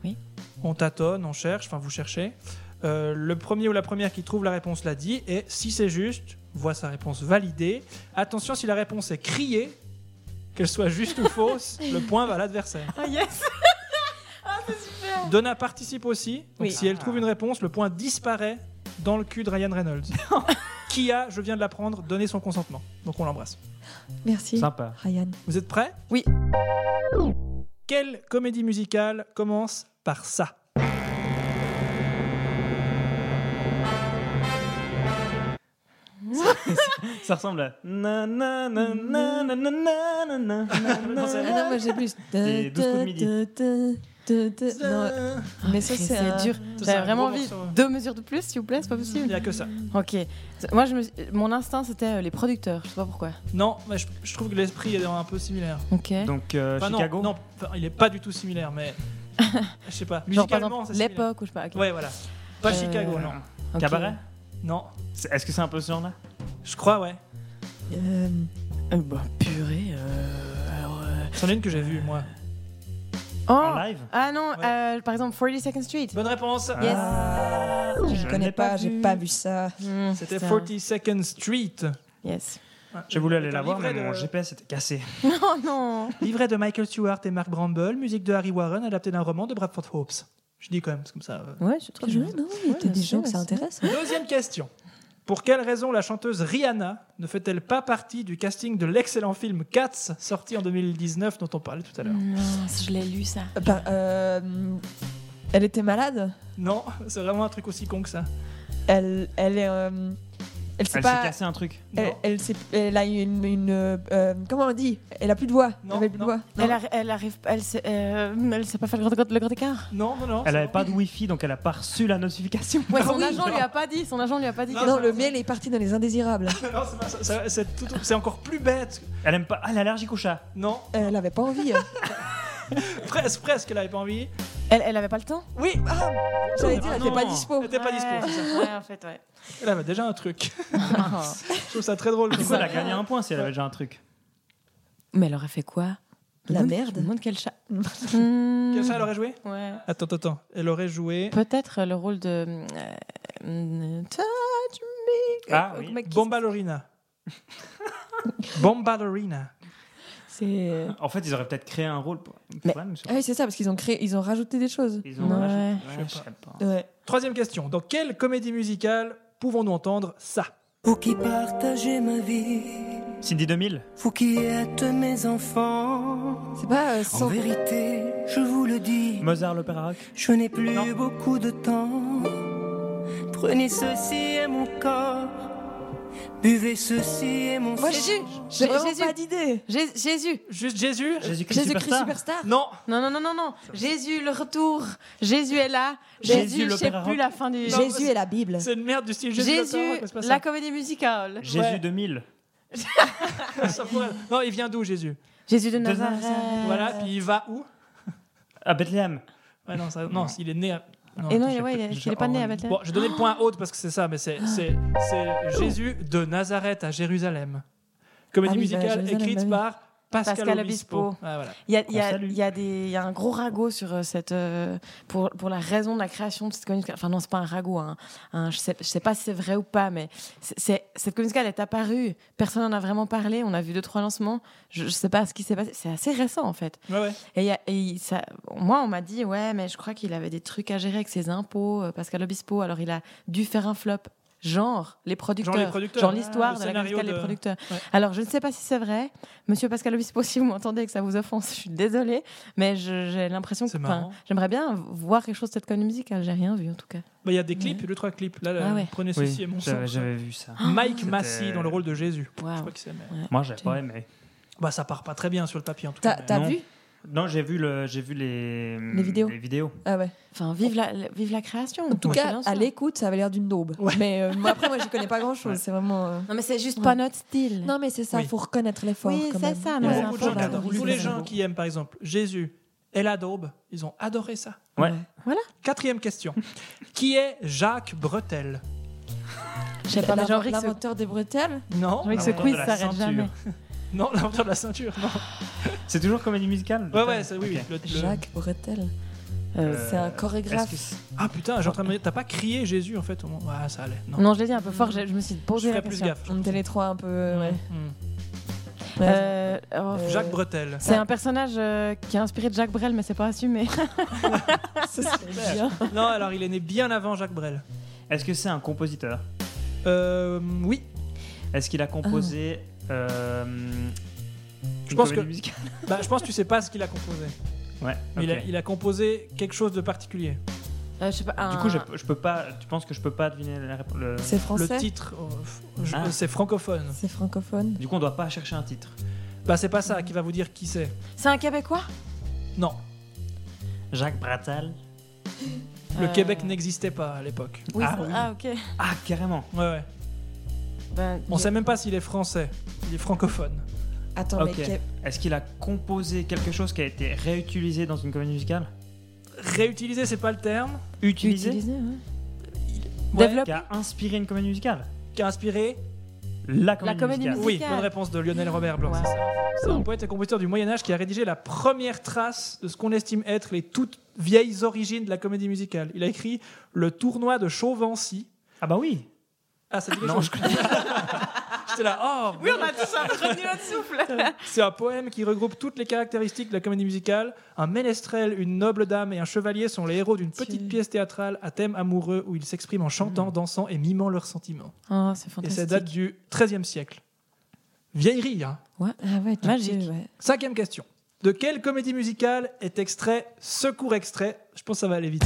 Oui. On tâtonne, on cherche, enfin vous cherchez. Euh, le premier ou la première qui trouve la réponse l'a dit, et si c'est juste, voit sa réponse validée. Attention, si la réponse est criée, qu'elle soit juste ou fausse, le point va à l'adversaire. Ah yes Ah, c'est super Donna participe aussi, donc Oui. si elle trouve une réponse, le point disparaît dans le cul de Ryan Reynolds. qui a, je viens de l'apprendre, donné son consentement. Donc on l'embrasse. Merci, Sympa. Ryan. Vous êtes prêts Oui. Quelle comédie musicale commence par ça Ça ressemble à. Na, na, na, na, na, na, na, na, na, na, na. Ah non, moi j'ai plus. Et 12 coups de midi. Ta, ta, ta. Te- te- non, mais ça, c'est un- dur. Ça, c'est J'avais un vraiment gros envie. morceau. Deux mesures de plus, s'il vous plaît, c'est pas Il n'y possible. a que ça. Ok. Moi, je me... suis- mon instinct, c'était euh, les producteurs. Je sais pas pourquoi. Non, mais je, je trouve que l'esprit est un peu similaire. Ok. Donc, euh, Enfin, non, Chicago non, enfin, il est pas du tout similaire, mais je sais pas. Genre, par Musicalement, exemple, c'est similaire. l'époque ou je sais pas. ok. Ouais, voilà. Pas Euh, Chicago, Euh, non. Ok. Cabaret Non, C'est- Est-ce que c'est un peu ce genre-là je crois, ouais. euh, Euh, bah, purée. euh, alors, euh, C'en est une que j'ai vue, moi. En Oh live Ah non, Ouais. euh, par exemple, 42nd Street. Bonne réponse. Yes. Ah, je ne connais l'ai pas, j'ai pas vu ça. Hmm, C'était putain. 42nd Street. Yes. Je voulais aller Avec la un voir, mais livret mon de- GPS était cassé. Oh non Livret de Michael Stewart et Mark Bramble, musique de Harry Warren, adapté d'un roman de Bradford Hopes. Je dis quand même, c'est comme ça. euh. Ouais, je trouve Bien joué, non Il y a Ouais, peut-être des bien gens sûr, que ça bien sûr. intéresse. Deuxième question. Pour quelle raison la chanteuse Rihanna ne fait-elle pas partie du casting de l'excellent film Cats, sorti en 2019, dont on parlait tout à l'heure Non, je l'ai lu ça. Par- Bah, euh, elle était malade Non, c'est vraiment un truc aussi con que ça. Elle, elle est. euh, elle sait Elle s'est pas. cassé un truc. Elle, Non. elle, s'est- elle a une. une, euh, euh, comment on dit Elle a plus de voix. Non, elle avait plus non. de voix. Elle, arri- elle arrive, elle sait, euh, elle sait pas faire le grand, le grand écart. Non, non, non. Elle c'est avait bon. pas de wifi, donc elle a pas reçu la notification. Ouais, son oui, agent non. lui a pas dit. Son agent lui a pas dit. Non, qu'elle- Non, le miel est parti dans les indésirables. Non, c'est pas ça, ça- c'est tout- c'est encore plus bête. Elle aime pas. Ah, elle est allergique au chat. Non, elle avait pas envie. hein. presque, presque, elle avait pas envie. Elle, elle avait pas le temps. oui, ah, Oh, j'allais dire, elle non. n'était pas dispo. Elle était pas dispo. c'est ça. Ouais, en fait, ouais. Elle avait déjà un truc. Je trouve ça très drôle. Du coup, elle a gagné un point si elle avait déjà un truc. Mais elle aurait fait quoi La Demande- merde. Demande quel chat. Hmm, Quel chat elle aurait joué Ouais. Attends, attends, attends. Elle aurait joué Peut-être le rôle de. euh, euh, touch me. Ah, Euh, oui. mais qui- Bombalorina. Bombalorina. C'est. En fait, ils auraient peut-être créé un rôle. pour- Mais- Ouais, mais sur- Ah oui, c'est ça, parce qu'ils ont créé, ils ont rajouté des choses. Ils ont Ouais. rajouté- ouais, Je je sais sais pas. Ouais. Troisième question. Dans quelle comédie musicale pouvons-nous entendre ça Vous qui partagez ma vie, Cindy 2000 vous qui êtes mes enfants. C'est pas euh, En sans- vérité, je vous le dis, Mozart, l'opéra rock je n'ai plus Non. beaucoup de temps. Prenez ceci et mon corps, buvez ceci et mon Moi, sang. Jésus J'ai vraiment Jésus. pas d'idée. Jé- Jésus Juste Jésus Jésus-Christ Jésus-Christ Superstar. Superstar. Non Non, non, non, non, non. Jésus, le retour. Jésus est là. Jésus, Jésus, je sais l'opéra plus rock. la fin du. Non, Jésus et la Bible. C'est une merde du style Jésus. Jésus, Attends, c'est pas ça. la comédie musicale. Jésus Ouais. 2000 Ça pourrait- Non, il vient d'où Jésus Jésus de De Nazareth. Nazareth. Voilà, puis il va où à Bethléem. Ouais, non, ça- non, il est né à. Et non, attends, il- ouais, il est- il est pas né à Bethléem. Oh. Bon, je donnais le point à Aude parce que c'est ça, mais c'est c'est- c'est Jésus de Nazareth à Jérusalem. Comédie Ah oui, bah, musicale Jérusalem, écrite bah oui. par Pascal, Pascal Obispo. Obispo. Ah, voilà. Il y a, il y a- Qu'on salue. il y a des- il y a un gros ragot sur euh, cette, euh, pour, pour la raison de la création de cette comédie musicale. Enfin, non, c'est pas un ragot. hein. Un- je, sais, je sais pas si c'est vrai ou pas, mais c'est- c'est- cette comédie musicale est apparue. Personne n'en a vraiment parlé. On a vu deux, trois lancements. Je, je sais pas ce qui s'est passé. C'est assez récent, en fait. Ouais, ouais. Et, il y a- et il- ça, moi, on m'a dit, ouais, mais je crois qu'il avait des trucs à gérer avec ses impôts, euh, Pascal Obispo. Alors, il a dû faire un flop. Genre les producteurs, Genre les producteurs. Genre Ah, l'histoire le de la scénario comédie musicale de- des producteurs. Ouais. Alors je ne sais pas si c'est vrai, Monsieur Pascal Obispo, si vous m'entendez et que ça vous offense, je suis désolée, mais je- j'ai l'impression que C'est enfin, marrant. j'aimerais bien voir quelque chose de cette comédie musicale. J'ai rien vu en tout cas. Bah, il y a des clips, deux, trois clips. Là, là, Ah ouais. prenez ceci et Oui, mon sang. j'avais- j'avais vu ça. Mike C'était- Massey dans le rôle de Jésus. Je sais Waouh. pas qui c'est, mais- Moi, j'ai pas aimé. Bah, ça part pas très bien sur le papier en tout T'as cas. mais- t'as non. vu Non, j'ai vu, le, j'ai vu les, Les vidéos. les vidéos. Ah ouais. Enfin, vive la, la- vive la création. En tout cas, à allez. l'écoute, ça avait l'air d'une daube. Ouais. Mais euh, moi, après, moi, j'y connais pas grand-chose. C'est vraiment. euh, Non, mais c'est juste Ouais. pas notre style. Non, mais c'est ça. Oui. Faut reconnaître l'effort. Oui, quand c'est même. Il ça, y non, a Ouais, beaucoup de faut gens qui adorent. valoriser Tous les ça. gens qui aiment, par exemple, Jésus et la daube, ils ont adoré ça. Ouais. Quatrième question. qui est Jacques Bretel Je sais pas, mais j'ai envie que ce- L'inventeur des bretelles. Non. j'ai envie que ce L'inventeur quiz de la s'arrête ceinture. jamais. Non, l'inventeur de la ceinture. Non. C'est toujours comédie musicale Ouais, ouais, c'est- oui, oui. Ok. le- le- Jacques Bretel. Euh, C'est un Est-ce chorégraphe. que c'est- Ah putain, j'ai en train de me dire, t'as pas crié Jésus en fait au moment. Ouais, ça allait. Non. Non, je l'ai dit un peu fort, je, je me suis je posé ferais la plus question. gaffe. On était les trois un peu. euh, ouais. Hmm. Ouais. Euh, oh, Euh, Jacques Bretel. C'est un personnage euh, qui est inspiré de Jacques Brel, mais c'est pas assumé. Ça, c'est bien. Non, alors il est né bien avant Jacques Brel. Est-ce que c'est un compositeur Euh, oui, Est-ce qu'il a composé. euh, je une pense que. comédie musicale Bah, je pense que tu sais pas ce qu'il a composé. Ouais. Mais il, a, ok. il a composé quelque chose de particulier. Euh, je sais pas, un- Du coup, je, je peux pas. Tu penses que je peux pas deviner la réponse le- C'est Le français. titre, euh, f- je- Ah. c'est francophone. C'est francophone. Du coup, on doit pas chercher un titre. Bah, c'est pas ça qui va vous dire qui c'est. C'est un Québécois Non. Jacques Bratal. Le Euh, Québec n'existait pas à l'époque. Oui, Ah ça- oui. ah, ok. Ah, carrément. Ouais, ouais. Ben, On je- sait même pas s'il est français. Il est francophone. Attends, Ok. Oh, mais que- Est-ce qu'il a composé quelque chose qui a été réutilisé dans une comédie musicale Réutiliser, c'est pas le terme. Utilisé, Utilisé, ouais. Ouais. Développe Qui a inspiré une comédie musicale Qui a inspiré La comédie, comédie musicale. Oui, Musicale. bonne réponse de Lionel Robert Blanc. Ouais. c'est ça. C'est un poète et compositeur du Moyen Âge qui a rédigé la première trace de ce qu'on estime être les toutes vieilles origines de la comédie musicale. Il a écrit le tournoi de Chauvency. Ah bah oui Ah, ça dit quelque Non, chose. je J'étais là, oh, Oui, on a tous un retenu notre souffle. C'est un poème qui regroupe toutes les caractéristiques de la comédie musicale. Un ménestrel, une noble dame et un chevalier sont les héros d'une petite pièce théâtrale à thème amoureux où ils s'expriment en chantant, dansant et mimant leurs sentiments. Oh, c'est Et ça fantastique. date du XIIIe siècle. Vieillerie, hein Ah ouais, tu- Magique. tu- ouais. Cinquième question. De quelle comédie musicale est extrait ce court extrait Je pense que ça va aller vite.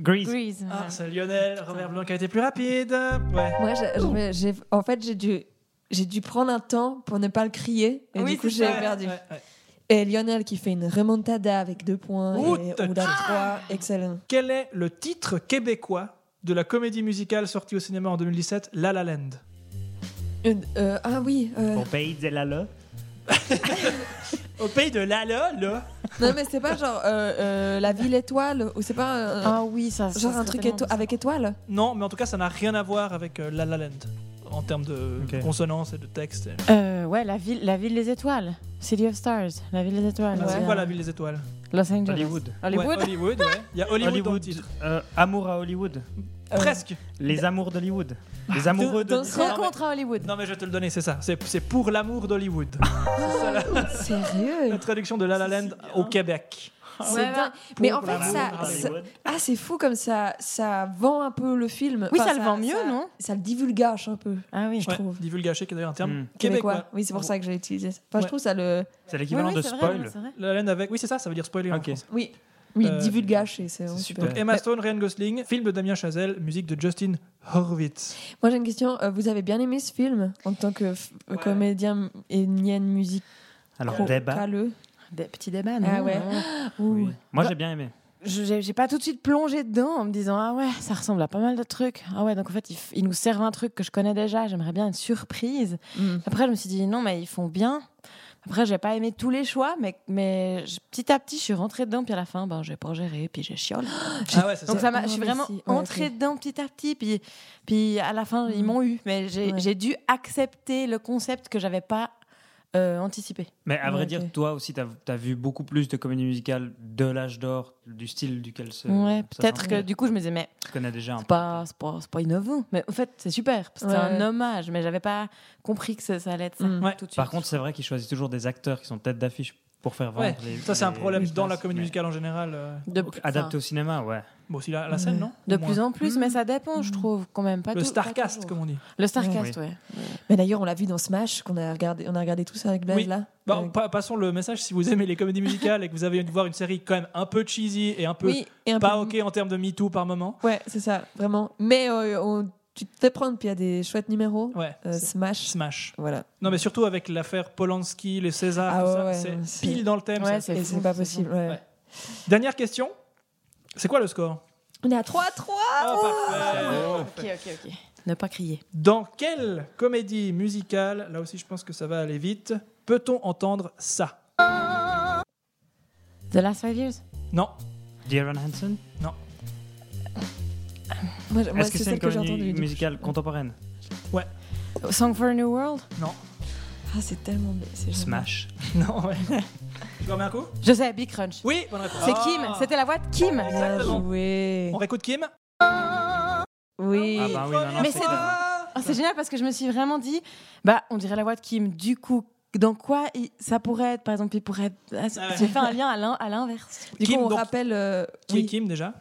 Grease. Grease. ouais. Ah, c'est Lionel, Robert Blanc qui a été plus rapide. Ouais. Moi, j'ai- j'ai- j'ai- en fait, j'ai dû, j'ai dû prendre un temps pour ne pas le crier. Et Oui, du coup, c'est j'ai ça. perdu. Ouais, ouais. Et Lionel qui fait une remontada avec deux points. Ouh, et- t'as- Ou d'un Ah. trois. Excellent. Quel est le titre québécois de la comédie musicale sortie au cinéma en 2017, La La Land Une- euh, ah oui. euh, Au pays de la la. Au pays de La La, là Non, mais c'est pas genre euh, euh, la ville étoile ou c'est pas euh, Ah oui, ça. ça genre un serait truc tellement éto- avec étoile Non, mais en tout cas, ça n'a rien à voir avec euh, La La Land en termes de Ok. consonance et de texte. bizarre. Euh, ouais, la ville, la ville des étoiles. City of Stars. La ville des étoiles. Ah, C'est Ouais. quoi la ville des étoiles Los Angeles. Hollywood. Hollywood. Ouais, Hollywood, ouais. Il y a Hollywood, dans le titre. euh, amour à Hollywood. Euh, Presque. Les amours d'Hollywood. Les amoureux de... Dans ce- Rencontre à Hollywood. Non, mais je vais te le donner, c'est ça. C'est c'est pour l'amour d'Hollywood. Sérieux La traduction de La La Land au Québec. Ouais, C'est ouais. dingue. Mais en Pour fait, l'amour ça, ça- d'Hollywood. ah, c'est fou comme ça, ça vend un peu le film. Oui, ça le vend mieux, ça- non Ça le divulgage un peu. Ah oui. Je trouve. Divulgaché, qui est d'ailleurs un terme Mm. québécois. Oui, c'est pour ça que j'ai utilisé ça. Enfin, Ouais. je trouve ça le. C'est Oui, l'équivalent oui, de c'est vrai, spoil. non, c'est vrai. La La Land avec. Oui, c'est ça, ça veut dire spoiler en Ok. français. Oui. Oui, Euh, divulgaché, c'est C'est vraiment super. super. Donc, Emma Stone, Ryan Gosling, film de Damien Chazelle, musique de Justin Horvitz. Moi, j'ai une question. Euh, Vous avez bien aimé ce film en tant que f- Ouais. comédien et nienne musique Alors, débat. caleux Des petits débats, Ah non, ouais. non. Oui. Ouh. Moi, j'ai bien aimé. Je- J'ai j'ai pas tout de suite plongé dedans en me disant Ah ouais, ça ressemble à pas mal de trucs. Ah ouais, donc en fait, ils, f- ils nous servent un truc que je connais déjà. J'aimerais bien une surprise. Mm. Après, je me suis dit Non, mais ils font bien. Après, j'ai pas aimé tous les choix, mais, mais je- petit à petit, je suis rentrée dedans. Puis à la fin, ben, j'ai pas géré, puis j'ai chiolé. Ah ouais, c'est Donc ça. ça m'a, Oh, je suis mais vraiment si. Ouais, entrée ok. dedans petit à petit, puis, puis à la fin ils Mhm. m'ont eu, mais j'ai, Ouais. j'ai dû accepter le concept que j'avais pas euh, anticipé. Mais à Ouais, vrai ok. dire, toi aussi, t'as as vu beaucoup plus de comédies musicales de l'âge d'or, du style duquel se. ouais, ça peut-être s'inspire. que du coup je me disais mais Tu connais déjà un c'est pas, c'est pas, c'est pas innovant, mais en fait c'est super, parce que Ouais, c'est un ouais. hommage, mais j'avais pas compris que ça, ça allait être ça Mm. Ouais. tout de suite. Par contre, c'est vrai qu'ils choisissent toujours des acteurs qui sont tête d'affiche pour faire vendre Ouais, les- Ça, c'est un les- problème les dans la places, comédie mais- musicale en général. euh, de, Donc, Adapté enfin, au cinéma, ouais. Bon, aussi la, la scène, Ouais. non de Au moins. plus en plus, mais ça Mm. dépend, je trouve quand même pas Le tout- pas Starcast, toujours. comme on dit. Le Starcast, ouais. Mais d'ailleurs, on l'a vu dans Smash, qu'on a regardé, on a regardé tout ça avec Blaise Oui. là. Euh, Bon, Avec- Bah, pa- passons le message. Si vous aimez les comédies musicales et que vous avez envie de voir une série quand même un peu cheesy et un peu oui, et un pas peu- ok en termes de Me Too par moment. Ouais, c'est ça, vraiment. Mais euh, on- tu te fais prendre, puis il y a des chouettes numéros. Ouais. Euh, c'est- Smash. Smash. Voilà. Non, mais surtout avec l'affaire Polanski, les Césars, Ah tout ouais, ça, ouais, ouais, c'est c'est- pile dans le thème. ça. Ouais, C'est Et fou, c'est pas c'est possible. ouais. Ouais. Dernière question. C'est quoi le score On est à 3-3. Ah, parfait. Ok, ok, ok. Ne pas crier. Dans quelle comédie musicale, là aussi je pense que ça va aller vite, peut-on entendre ça The Last Five Years. Non. Dear Evan Hansen Moi, je- moi, Est-ce c'est que c'est une celle que j'ai comédie entendue. du coup. musicale contemporaine Song for a New World. Non. Ah, c'est tellement. bien, c'est génial. Smash. Non, ouais. Tu remets un coup Je sais, Big Crunch. Oui, bonne réponse. C'est Ah. Kim, c'était la voix de Kim. Bien Exactement. joué. On réécoute Kim Oui. Ah bah oui, non, non, Mais c'est- c'est Ah, c'est génial parce que je me suis vraiment dit, bah, on dirait la voix de Kim. Du coup, dans quoi il- ça pourrait être Par exemple, il pourrait être. ah, Ah ouais. J'ai fait un lien à l'in- à l'inverse. Du coup, Kim, on donc- rappelle euh, Qui Oui. est Kim déjà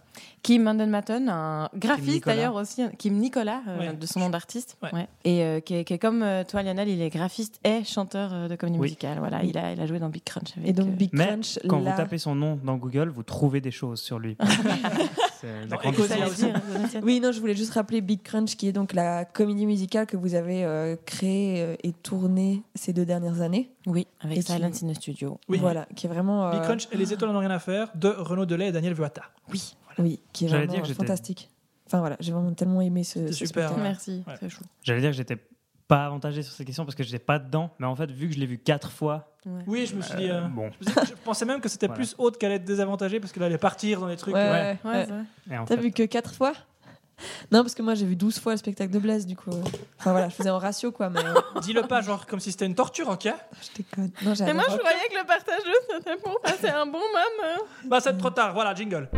Kim Andermatten, un graphiste Nicolas. d'ailleurs aussi, Kim Nicolas, euh, Ouais. de son nom d'artiste, Ouais. Ouais. et euh, qui, est, qui est comme euh, toi Lionel, il est graphiste et chanteur euh, de comédie Oui. musicale. Voilà, il a, il a joué dans Big Crunch. Avec, Et donc euh, Big Mais Crunch, Quand là- vous tapez son nom dans Google, vous trouvez des choses sur lui. C'est la Non, grande écoute, histoire. j'allais dire, Donatien. Oui, non, je voulais juste rappeler Big Crunch, qui est donc la comédie musicale que vous avez euh, créée euh, et tournée ces deux dernières années. oui, avec Et qui- Silence in the Studio. Oui. Voilà, qui est vraiment. euh, Big Crunch et les étoiles n'ont rien à faire de Renaud Delay et Daniel Vuatta. Oui, Oui, qui est J'allais vraiment dire euh, que j'étais- fantastique. Enfin voilà, j'ai vraiment tellement aimé ce. C'était ce super. spectacle. merci, Ouais. c'est chou. J'allais dire que j'étais pas avantagé sur ces questions parce que j'étais pas dedans, mais en fait, vu que je l'ai vu quatre fois, Oui, je me suis dit. euh, euh, bon. je me suis- Je pensais même que c'était Voilà. plus haute qu'elle allait être désavantagée parce qu'elle allait partir dans des trucs. Ouais, euh, ouais, Ouais, ouais. c'est vrai. Et en T'as fait, vu que 4 fois Non, parce que moi j'ai vu 12 fois le spectacle de Blaise, du coup. euh. Enfin voilà, je faisais en ratio quoi, mais. euh, Dis-le pas, genre comme si c'était une torture, ok je déconne. Non, j'ai Et moi, adoré. je croyais que le partage c'était pour passer un bon moment. Bah, c'est trop tard, voilà, jingle.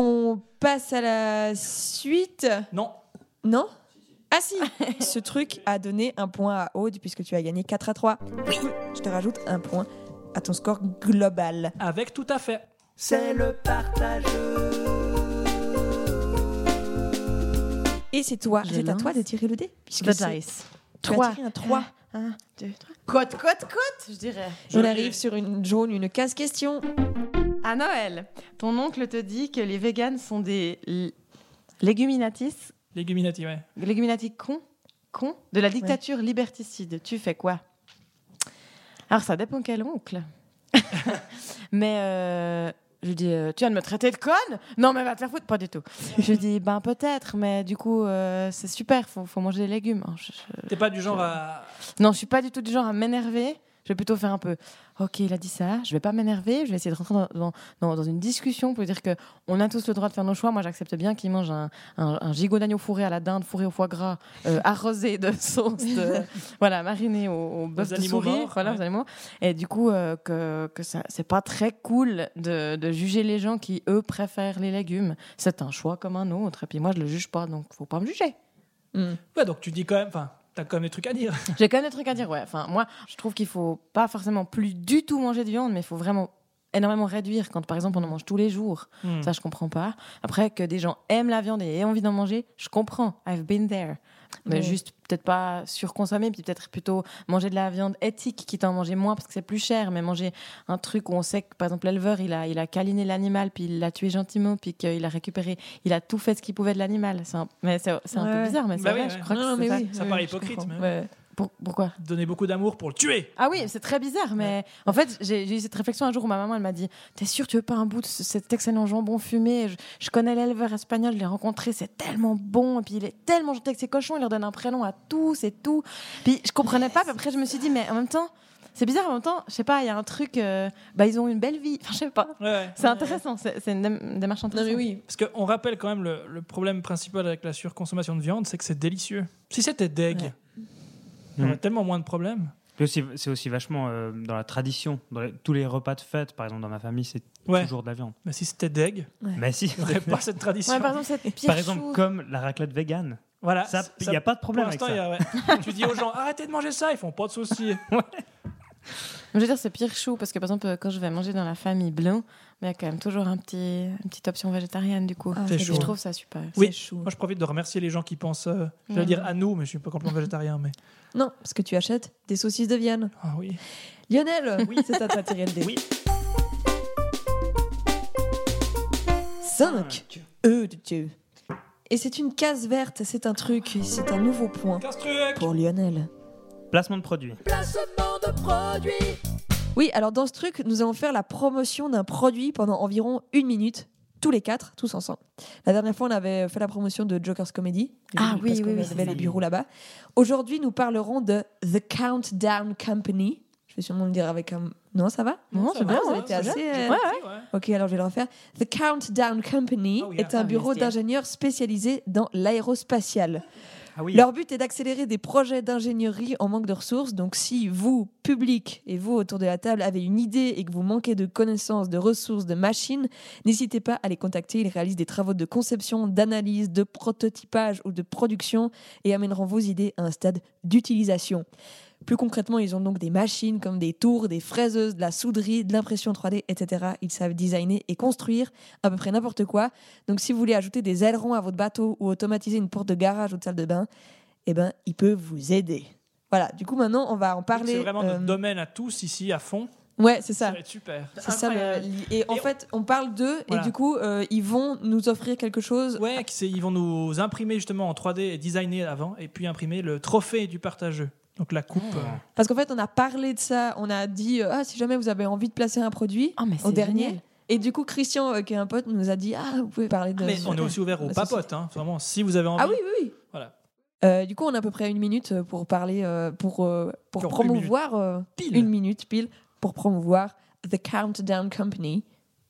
On passe à la suite. Non, Non Ah si Ce truc a donné un point à Aude puisque tu as gagné 4 à 3. Je te rajoute un point à ton score global. avec tout à fait. C'est le partage. Et c'est toi, Je c'est à lance. toi de tirer le dé. Puisque The c'est- dice. tu as Trois. Ah. tiré un 3. 1, 2, 3. Côte, côte, côte, je dirais. On arrive sur une jaune, une case question. À Noël, ton oncle te dit que les véganes sont des l- léguminatis, Léguminati, ouais. léguminati cons, cons de la dictature liberticide. Tu fais quoi Alors, ça dépend quel oncle. mais euh, je dis, euh, tu viens de me traiter de conne Non, mais va te faire foutre, pas du tout. Je dis, ben peut-être, mais du coup, euh, c'est super, faut, faut manger des légumes. hein. Je- je- T'es pas du genre à. non, je suis pas du tout du genre à m'énerver. Je vais plutôt faire un peu. Ok, il a dit ça. Je vais pas m'énerver. Je vais essayer de rentrer dans, dans, dans- dans une discussion pour dire que on a tous le droit de faire nos choix. Moi, j'accepte bien qu'il mange un, un- un gigot d'agneau fourré à la dinde, fourré au foie gras, euh, arrosé de sauce, de- voilà, mariné au, au bœuf Aux de animaux souris, morts, voilà, ouais. aux animaux. Et du coup, euh, que, que ça, c'est pas très cool de, de juger les gens qui eux préfèrent les légumes. C'est un choix comme un autre. Et puis moi, je le juge pas, donc faut pas me juger. Hmm. Ouais, donc tu dis quand même. Enfin, t'as quand même des trucs à dire. J'ai quand même des trucs à dire, ouais. Enfin, moi, je trouve qu'il faut pas forcément plus du tout manger de viande, mais il faut vraiment énormément réduire quand, par exemple, on en mange tous les jours. Mm. Hmm. Ça, je comprends pas. Après, que des gens aiment la viande et aient envie d'en manger, je comprends. I've been there. Mais Ouais. juste peut-être pas surconsommer, puis peut-être plutôt manger de la viande éthique, quitte à en manger moins parce que c'est plus cher, mais manger un truc où on sait que, par exemple, l'éleveur, il a, il a câliné l'animal, puis il l'a tué gentiment, puis qu'il a récupéré, il a tout fait ce qu'il pouvait de l'animal. C'est un, mais c'est c'est un Ouais. peu bizarre, mais c'est Bah vrai, oui, je ouais. crois Non, que c'est mais ça. oui, ça oui, paraît je hypocrite, comprends. mais- Ouais. Pour- pourquoi Donner beaucoup d'amour pour le tuer. ah oui, c'est très bizarre, mais en fait, j'ai j'ai eu cette réflexion un jour où ma maman, elle m'a dit T'es sûr, tu veux pas un bout de ce- cet excellent jambon fumé je, je connais l'éleveur espagnol, je l'ai rencontré, c'est tellement bon, et puis il est tellement gentil avec ses cochons, il leur donne un prénom à tous et tout. Puis je comprenais pas, puis après, je me suis dit Mais en même temps, c'est bizarre, en même temps, je sais pas, il y a un truc, euh, bah ils ont une belle vie, enfin, je sais pas. Ouais, ouais. C'est intéressant, c'est c'est une dém- démarche Non, intéressante. mais oui. Parce qu'on rappelle quand même le, le problème principal avec la surconsommation de viande, c'est que c'est délicieux. Si c'était deg, il Ouais. y aurait Mm. tellement moins de problèmes. c'est aussi- c'est aussi vachement euh, dans la tradition. Dans les- tous les repas de fête, par exemple, dans ma famille, c'est Ouais. toujours de la viande. Mais si c'était deg, Mais si, il n'y aurait pas cette tradition. Ouais, par exemple, cette pire par exemple, chose- comme la raclette végane. voilà. Ça, il n'y a pas de problème Ah, Pour avec l'instant, ça. il y a- ouais. tu dis aux gens arrêtez de manger ça, ils font pas de soucis. Je veux dire, c'est pire chou, parce que par exemple, euh, quand je vais manger dans la famille blanc, mais il y a quand même toujours un petit, une petite option végétarienne du coup. Ah, C'est c'est chaud. Je bien. trouve ça super. Oui. C'est chou. Moi, je profite de remercier les gens qui pensent, euh, je Mm. vais dire à nous, mais je suis pas complètement végétarien. Mais Non, parce que tu achètes des saucisses de Vienne. ah oui. Lionel, c'est à toi de tirer le dé. 5. E de Dieu. Et c'est une case verte, c'est un truc, c'est un nouveau point Casse truc. pour Lionel. Placement de produit. Placement de produits. Oui, alors dans ce truc, nous allons faire la promotion d'un produit pendant environ une minute, tous les quatre, tous ensemble. La dernière fois, on avait fait la promotion de Joker's Comedy. Ah oui, parce oui, qu'on oui, avait c'est les ça. bureaux là-bas. Aujourd'hui, nous parlerons de The Countdown Company. Je vais sûrement le dire avec un. Non, ça va Non, Ça c'est va, bien, ça ouais, va, C'était ça va. assez, euh, Ouais, ouais. Ok, alors je vais le refaire. The Countdown Company Oh, yeah. est un Ah, bureau yes, yeah. d'ingénieurs spécialisé dans l'aérospatiale. Ah oui. Leur but est d'accélérer des projets d'ingénierie en manque de ressources. Donc, si vous, public, et vous autour de la table, avez une idée et que vous manquez de connaissances, de ressources, de machines, n'hésitez pas à les contacter. Ils réalisent des travaux de conception, d'analyse, de prototypage ou de production et amèneront vos idées à un stade d'utilisation. Plus concrètement, ils ont donc des machines comme des tours, des fraiseuses, de la souderie, de l'impression 3D, etc. Ils savent designer et construire à peu près n'importe quoi. Donc si vous voulez ajouter des ailerons à votre bateau ou automatiser une porte de garage ou de salle de bain, eh ben, ils peuvent vous aider. Voilà, du coup maintenant on va en parler. C'est vraiment euh, notre domaine à tous ici à fond. Ouais, c'est Ça ça. va être super. C'est ça le- Incroyable. Et en Et on- fait, on parle d'eux Voilà. et du coup, euh, ils vont nous offrir quelque chose. Ouais, que c'est- ils vont nous imprimer justement en 3D et designer avant, et puis imprimer le trophée du partageux. Donc la coupe. euh, Parce qu'en fait, on a parlé de ça. On a dit euh, ah si jamais vous avez envie de placer un produit Oh, mais au c'est dernier. génial. Et du coup, Christian, euh, qui est un pote, nous a dit ah vous pouvez parler de. Mais euh, on est aussi ouvert aux la société. papotes, hein, vraiment. Si vous avez envie. Bah, Ah oui oui. oui. Voilà. Euh, du coup, on a à peu près une minute pour parler, euh, pour, euh, pour Genre une promouvoir. euh, Pile. Une minute pile pour promouvoir The Countdown Company.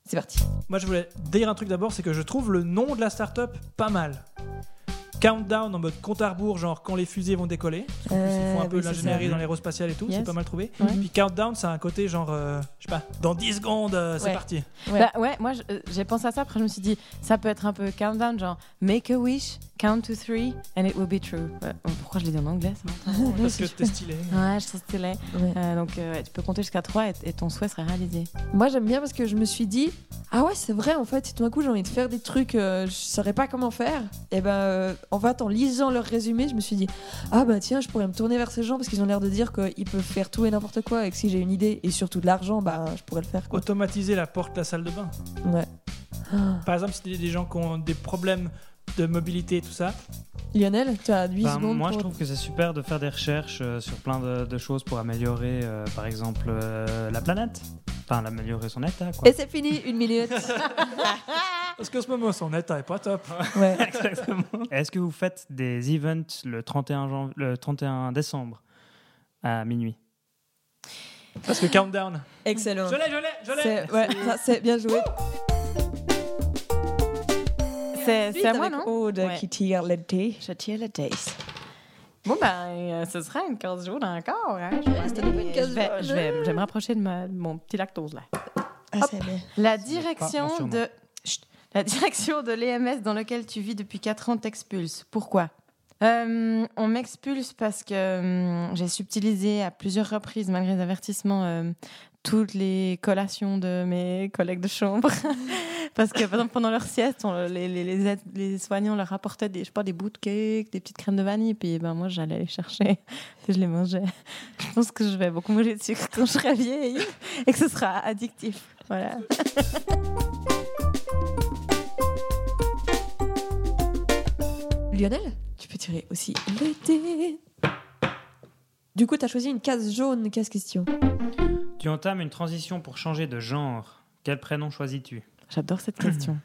C'est parti. Moi, je voulais dire un truc d'abord, c'est que je trouve le nom de la startup pas mal. Countdown en mode compte à rebours, genre quand les fusées vont décoller. Parce qu'en plus, ils font Euh, un peu oui, de c'est l'ingénierie ça. dans l'aérospatiale et tout, c'est Yes. pas mal trouvé. Ouais. Puis Countdown, ça a un côté genre, euh, je sais pas, dans 10 secondes, euh, c'est Ouais. parti. Ouais. Bah ouais, moi je- euh, j'ai pensé à ça, après je me suis dit, ça peut être un peu countdown, genre make a wish, count to three, and it will be true. Ouais, bon, pourquoi je l'ai dit en anglais ça Parce que t'es stylé. Ouais, je trouve que c'est laid. Ouais. Euh, donc euh, ouais, tu peux compter jusqu'à 3 et, et ton souhait sera réalisé. Moi, j'aime bien parce que je me suis dit, ah ouais, c'est vrai, en fait, tout d'un coup, j'ai envie de faire des trucs, euh, je saurais pas comment faire. Et ben, euh, en fait, en lisant leur résumé, je me suis dit, ah bah tiens, je pourrais me tourner vers ces gens parce qu'ils ont l'air de dire qu'ils peuvent faire tout et n'importe quoi et que si j'ai une idée et surtout de l'argent, bah je pourrais le faire quoi. Automatiser la porte de la salle de bain. Ouais. Ah. Par exemple, si t'es des gens qui ont des problèmes de mobilité et tout ça, Lionel, tu as 8 Bah, Ben, secondes. moi, je pour- trouve que c'est super de faire des recherches euh, sur plein de, de choses pour améliorer, euh, par exemple, euh, la planète. Enfin, améliorer son état, quoi. Et c'est fini, une minute. parce qu'en ce moment, son état est pas top. ouais. Exactement. Est-ce que vous faites des events le 31, janv- le 31 décembre à minuit Parce que Countdown. Excellent. Je l'ai, je l'ai, je l'ai. C'est ouais, ça, c'est bien joué. C'est c'est à moi, Avec non Aude Ouais. qui tire le thé. Je tire le taste. Bon, ben, euh, ce sera une 15 jours encore. hein. Je vais c'était aller- pas une 15 je vais- jours. Je vais, je vais me rapprocher de, ma- de mon petit lactose, là. Ah, c'est bien. La pas direction mon de... Chut. la direction de l'EMS dans lequel tu vis depuis 4 ans t'expulse. Pourquoi Euh, On m'expulse parce que hum, j'ai subtilisé à plusieurs reprises, malgré les avertissements, euh, toutes les collations de mes collègues de chambre. Parce que, par exemple, pendant leur sieste, on- les, les- les aides- les soignants leur apportaient des, je sais pas, des bouts de cake, des petites crèmes de vanille. Puis ben, moi, j'allais les chercher. Puis je les mangeais. Je pense que je vais beaucoup manger de sucre quand je serai vieille et que ce sera addictif. Voilà. Lionel, tu peux tirer aussi le dé. Du coup, t'as choisi une case jaune, case question. Tu entames une transition pour changer de genre. Quel prénom choisis-tu J'adore cette question.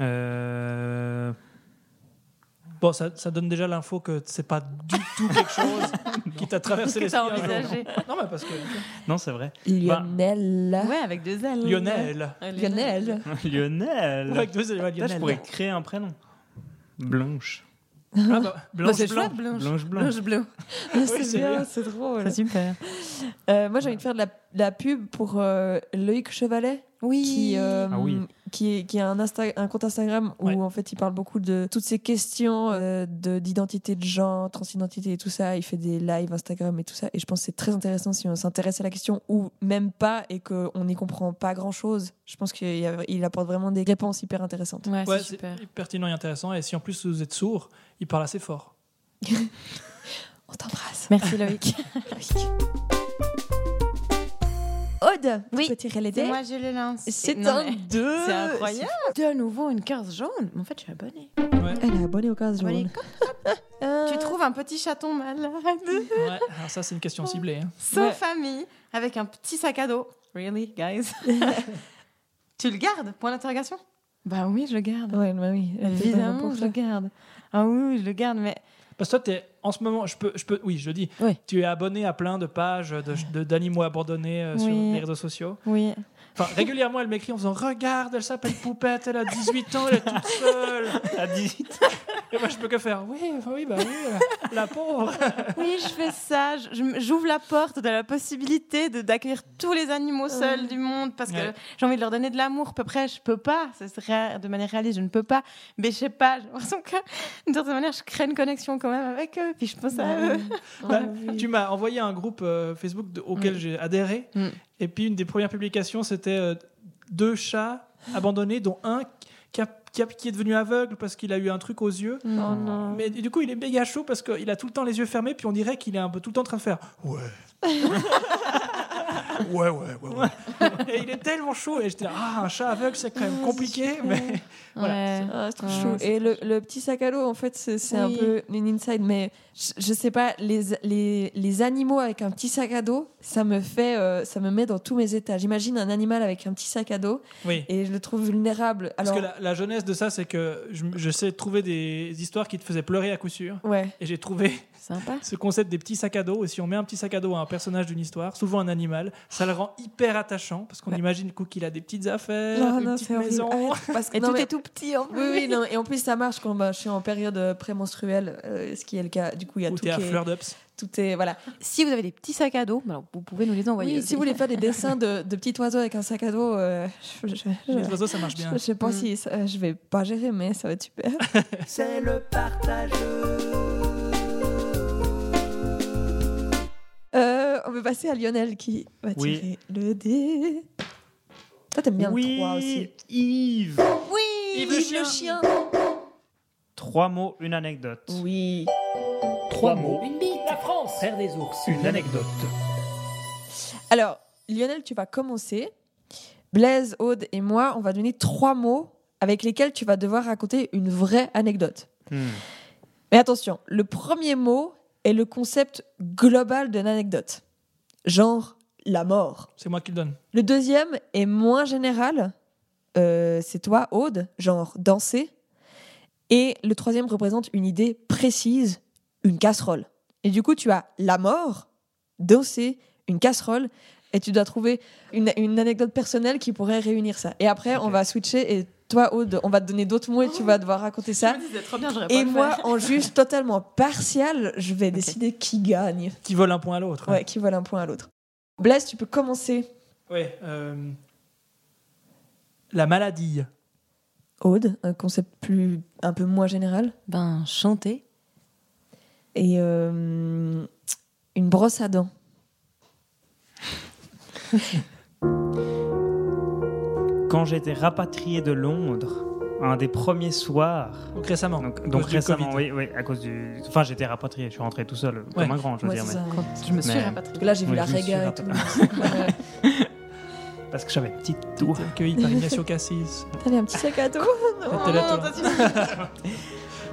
Euh, Bon, ça, ça donne déjà l'info que c'est pas du tout quelque chose qui t'a traversé Qu'est-ce que l'esprit. t'as un jour. envisagé Euh, Non, mais parce que. Non, c'est vrai. Lionel. Ouais, avec deux ailes. Lionel. Lionel. Lionel. Ouais, avec deux éléments, Putain, je Lionel. pourrais créer un prénom. Blanche. Ah, bah, blanche, c'est blanc. chouette, blanche. Blanche, blanche. Blanche bleue. c'est c'est bien. bien, c'est drôle. super. Euh, moi, j'ai envie de faire de la, de la pub pour euh, Loïc Chevalet, Oui. qui, euh, Ah oui. qui, est- qui a un, Insta- un compte Instagram où Ouais. en fait il parle beaucoup de toutes ces questions euh, de- d'identité de, genre, transidentité et tout ça. Il fait des lives Instagram et tout ça. Et je pense que c'est très intéressant si on s'intéresse à la question ou même pas et qu'on n'y comprend pas grand chose. Je pense qu'il y a- il apporte vraiment des réponses hyper intéressantes. Ouais, Ouais, Ah, c'est c'est super. pertinent et intéressant. Et si en plus vous êtes sourd, il parle assez fort. On t'embrasse, Merci Loïc. Loïc. Aude, Oui, tu peux tirer les C'est dés moi, je le lance. C'est Non, un mais- 2 C'est incroyable. De nouveau une case jaune. Mais En fait, je suis abonnée. Ouais. Elle est abonnée au cas jaune. Abonnée. Tu trouves un petit chaton malade, ouais. Alors, ça, c'est une question ciblée. hein. sans Ouais. famille, avec un petit sac à dos. Really, guys Tu le gardes Point d'interrogation Bah oui, je le garde. Ouais, bah oui, elle fait vraiment Évidemment, pour je ça. le garde. Ah oui, oui, je le garde, mais Parce que toi, t'es, en ce moment, je peux, je peux, oui, je le dis, Oui. tu es abonné à plein de pages de- de- d'animaux abandonnés euh, sur Oui. les réseaux sociaux. oui. Enfin, régulièrement, elle m'écrit en faisant Regarde, elle s'appelle Poupette, elle a 18 ans, elle est toute seule. À 18. Et moi, je peux que faire Oui, enfin, oui, bah oui, euh, la pauvre. Oui, je fais ça. Je- je- J'ouvre la porte de la possibilité de- d'accueillir tous les animaux seuls du monde parce que Ouais. j'ai envie de leur donner de l'amour. Peu près, je peux pas. Ce serait de manière réaliste, je ne peux pas. Mais je sais pas. J'ai l'impression que d'une certaine manière, je crée une connexion quand même avec eux. eux, puis je pense à eux. Bah, Tu m'as envoyé un groupe euh, Facebook de- auquel j'ai adhéré. Mm. Et puis, une des premières publications, c'était euh, deux chats abandonnés, dont un qui, a- qui a- qui est devenu aveugle parce qu'il a eu un truc aux yeux. Oh non. Mais du coup, il est méga chaud parce qu'il a tout le temps les yeux fermés, puis on dirait qu'il est un peu tout le temps en train de faire Ouais. ouais, ouais, ouais, ouais. et il est tellement chaud. Et j'étais Ah, un chat aveugle, c'est quand même compliqué. Mais Voilà. Ouais. Ah, c'est trop Ah, chou. c'est Et le, le petit sac à l'eau, en fait, c'est c'est un Oui. peu une inside, mais je, je sais pas, les, les, les animaux avec un petit sac à dos, ça me fait, euh, ça me met dans tous mes états. J'imagine un animal avec un petit sac à dos oui. et je le trouve vulnérable. Parce Alors, que la, la jeunesse de ça, c'est que je, je sais trouver des histoires qui te faisaient pleurer à coup sûr. ouais. Et j'ai trouvé Sympa. ce concept des petits sacs à dos. Et si on met un petit sac à dos à un personnage d'une histoire, souvent un animal, ça le rend hyper attachant parce qu'on imagine du coup, qu'il a des petites affaires, Non, euh, une non, petite c'est horrible. Ah maison. Arrête, parce que- Et non, tout mais- est tout petit en plus. Oui, oui, non, et en plus ça marche quand bah, je suis en période euh, prémenstruelle, euh, ce qui est le cas. Du coup, il y a Ou tout t'es qui à est, fleur d'ups. tout est voilà. Si vous avez des petits sacs à dos, bah, alors, vous pouvez nous les envoyer. oui, aussi. si vous voulez faire des dessins de, de petits oiseaux avec un sac à dos, euh, je, je- je- Les oiseaux, ça marche bien. je sais pas Mm. si ça- euh, je vais pas gérer, mais ça va être super. c'est le partage. Euh, on peut passer à Lionel qui va Oui. tirer le dé. Toi, t'aimes bien le 3 aussi. Yves. Yves Yves le chien. Trois mots, une anecdote. Oui. Trois mots. Une bite. La France. Frère des ours. Une anecdote. Alors, Lionel, tu vas commencer. Blaise, Aude et moi, on va donner trois mots avec lesquels tu vas devoir raconter une vraie anecdote. Hmm. Mais attention, le premier mot est le concept global de l'anecdote. Genre la mort. C'est moi qui le donne. Le deuxième est moins général. Euh, c'est toi, Aude, genre danser. Et le troisième représente une idée précise, une casserole. Et du coup, tu as la mort, danser, une casserole, et tu dois trouver une, une anecdote personnelle qui pourrait réunir ça. Et après, on va switcher, et toi, Aude, on va te donner d'autres mots et tu vas devoir raconter ça. trop bien, j'aurais pas Et le moi, faire. en juge totalement partial, je vais décider qui gagne, Qui vole un point à l'autre. ouais, qui vole un point à l'autre. Blaise, tu peux commencer. Ouais, euh, La maladie. Aude, un concept plus un peu moins général, Ben, chanter. et euh, une brosse à dents. Quand j'étais rapatrié de Londres, un des premiers soirs. Donc récemment. Donc, à donc cause du récemment, Covid. oui, oui, à cause du. Enfin, j'étais rapatrié, je suis rentré tout seul, comme un grand, je veux Ouais, dire. c'est mais- ça. Je me Mais- Parce que là, j'ai vu Oui, la je me suis réga et tout. Parce que j'avais une petite toux. T'es accueilli par Ignacio Cassis. T'avais un petit sac à dos. Oh, T'étais là, Oh, toi.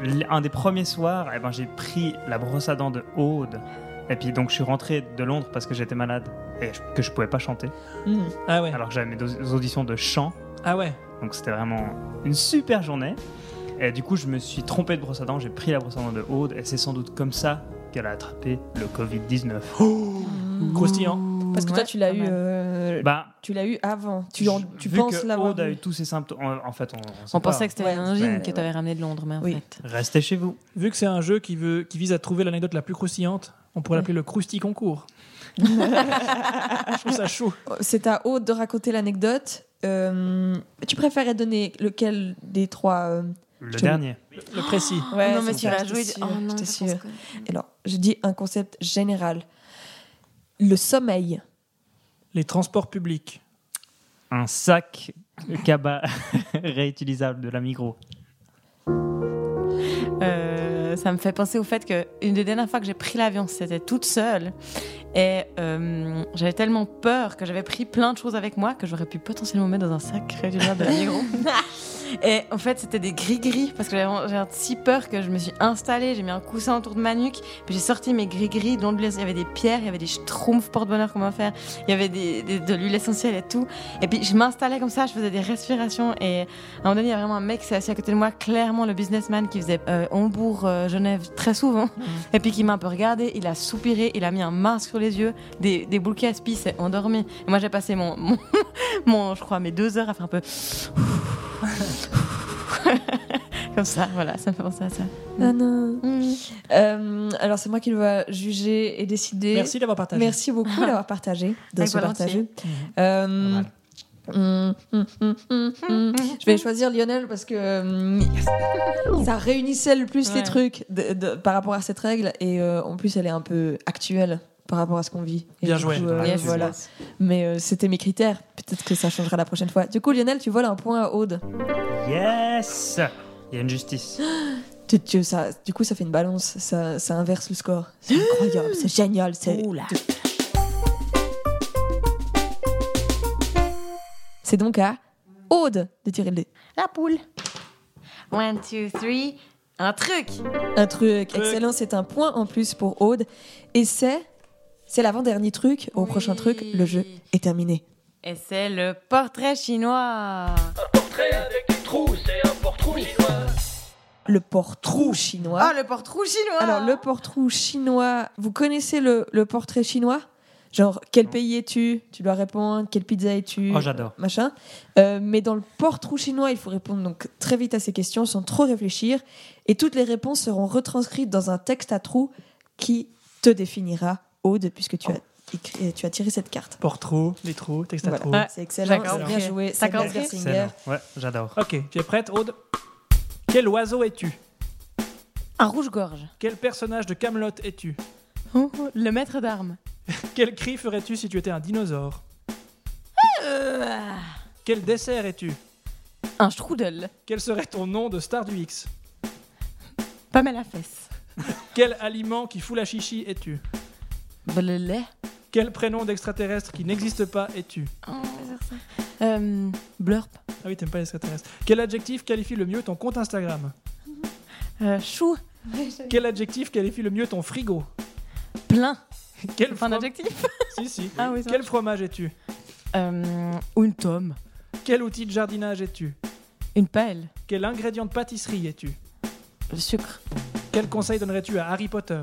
L- un des premiers soirs, eh ben, j'ai pris la brosse à dents de Aude. Et puis donc je suis rentré de Londres parce que j'étais malade et je- que je pouvais pas chanter. Mm. Ah ouais. Alors que j'avais mes deux- auditions de chant, Ah ouais. donc c'était vraiment une super journée. Et du coup je me suis trompé de brosse à dents, j'ai pris la brosse à dents de Aude et c'est sans doute comme ça qu'elle a attrapé le Covid-19. Oh. Mmh. Mmh, Croustillant. Parce que toi, tu l'as eu, euh, Bah, tu l'as eu avant. Tu, en- tu vu penses que l'avoir. Aude a eu. eu tous ses symptômes. En, en fait, on, On pensait que c'était Ouais. un gym Ouais. que t'avais ramené de Londres, mais en Oui. fait. Restez chez vous. Vu que c'est un jeu qui, veut, qui vise à trouver l'anecdote la plus croustillante, on pourrait l'appeler le Crousti Concours. Je trouve ça chaud. Oh, C'est à Aude de raconter l'anecdote. Euh, tu préférais donner lequel des trois euh, Le Chez dernier. Le précis. Ouais, Oh non, mais c'est tu ça, vas j'étais jouer. sûre, Oh non, j'étais je sûre. pense que- Alors, je dis un concept général. Le sommeil. Les transports publics. Un sac cabas réutilisable de la Migros. Euh, ça me fait penser au fait que une des dernières fois que j'ai pris l'avion, c'était toute seule. Et euh, j'avais tellement peur que j'avais pris plein de choses avec moi que j'aurais pu potentiellement mettre dans un sac régulier de la Migros. Et en fait, c'était des gris-gris parce que j'avais j'avais si peur que je me suis installée, j'ai mis un coussin autour de ma nuque, puis j'ai sorti mes gris-gris, dont de l'es- il y avait des pierres, il y avait des schtroumpfs porte-bonheur comment faire, il y avait des- des- de l'huile essentielle et tout. Et puis je m'installais comme ça, je faisais des respirations et à un moment donné, il y a vraiment un mec qui s'est assis à côté de moi, clairement le businessman qui faisait euh, Hambourg, euh, Genève très souvent, Mm. et puis qui m'a un peu regardé, il a soupiré, il a mis un masque sur les yeux, des, des boules casse-pieds, s'est endormi. Et moi j'ai passé mon, mon, mon, je crois, mes deux heures à faire un peu. Comme ça, voilà, ça me fait penser à ça. Nanan. Mm. Euh, alors, c'est moi qui dois juger et décider. Merci d'avoir partagé. Merci beaucoup d'avoir partagé. Dans Avec ce volontiers. partagé. Mhm. Euh, Pas mal. Hum, hum, hum, hum, hum. Je vais choisir Lionel parce que hum, ça réunissait le plus les Ouais. trucs de- de- par rapport à cette règle et euh, en plus elle est un peu actuelle par rapport à ce qu'on vit. Et Bien du joué. coup, euh, Ouais, Yes. voilà. Mais euh, c'était mes critères. Peut-être que ça changera la prochaine fois. Du coup Lionel, tu voles un point à Aude. Yes Il y a une justice. Tu- tu- ça, du coup ça fait une balance, ça, ça inverse le score. C'est incroyable, c'est génial, c'est Oula. c'est donc à Aude de tirer le dé. La poule. One, two, three. Un truc. Un truc excellent, c'est un point en plus pour Aude. Et c'est, c'est l'avant-dernier truc. Au Oui. prochain truc, le jeu est terminé. Et c'est le portrait chinois. Le portrou chinois. Ah, le portrait chinois. Alors, le portrou chinois, vous connaissez le, le portrait chinois Genre, quel pays es-tu Tu dois répondre, quelle pizza es-tu Oh, j'adore. Machin. Euh, mais dans le portrou chinois, il faut répondre donc très vite à ces questions sans trop réfléchir. Et toutes les réponses seront retranscrites dans un texte à trous qui te définira, Aude, puisque tu as, écrit- tu as tiré cette carte. Port trou, les trous, texte à Voilà. trous. Ouais. C'est excellent, D'accord, c'est bien ok. joué. C'est D'accord, ok. Berger Singer. Excellent. Ouais, j'adore. Ok, tu es prête, Aude Quel oiseau es-tu Un rouge-gorge. Quel personnage de Camelot es-tu Oh, oh, le maître d'armes. Quel cri ferais-tu si tu étais un dinosaure Euh, Quel dessert es-tu un strudel. Quel serait ton nom de star du X Pas mal à fesse. Quel aliment qui fout la chichi es-tu Bah, le lait. Quel prénom d'extraterrestre qui n'existe pas es-tu Oh, on va faire ça. Euh, blurp. Ah oui, t'aimes pas les extraterrestres. Quel adjectif qualifie le mieux ton compte Instagram Euh, chou. Quel adjectif qualifie le mieux ton frigo Plein. Quel Enfin, un fro- adjectif. Si, si. Ah oui, ça Quel fromage es-tu Euh, une tome. Quel outil de jardinage es-tu Une paille. Quel ingrédient de pâtisserie es-tu Le sucre. Quel conseil donnerais-tu à Harry Potter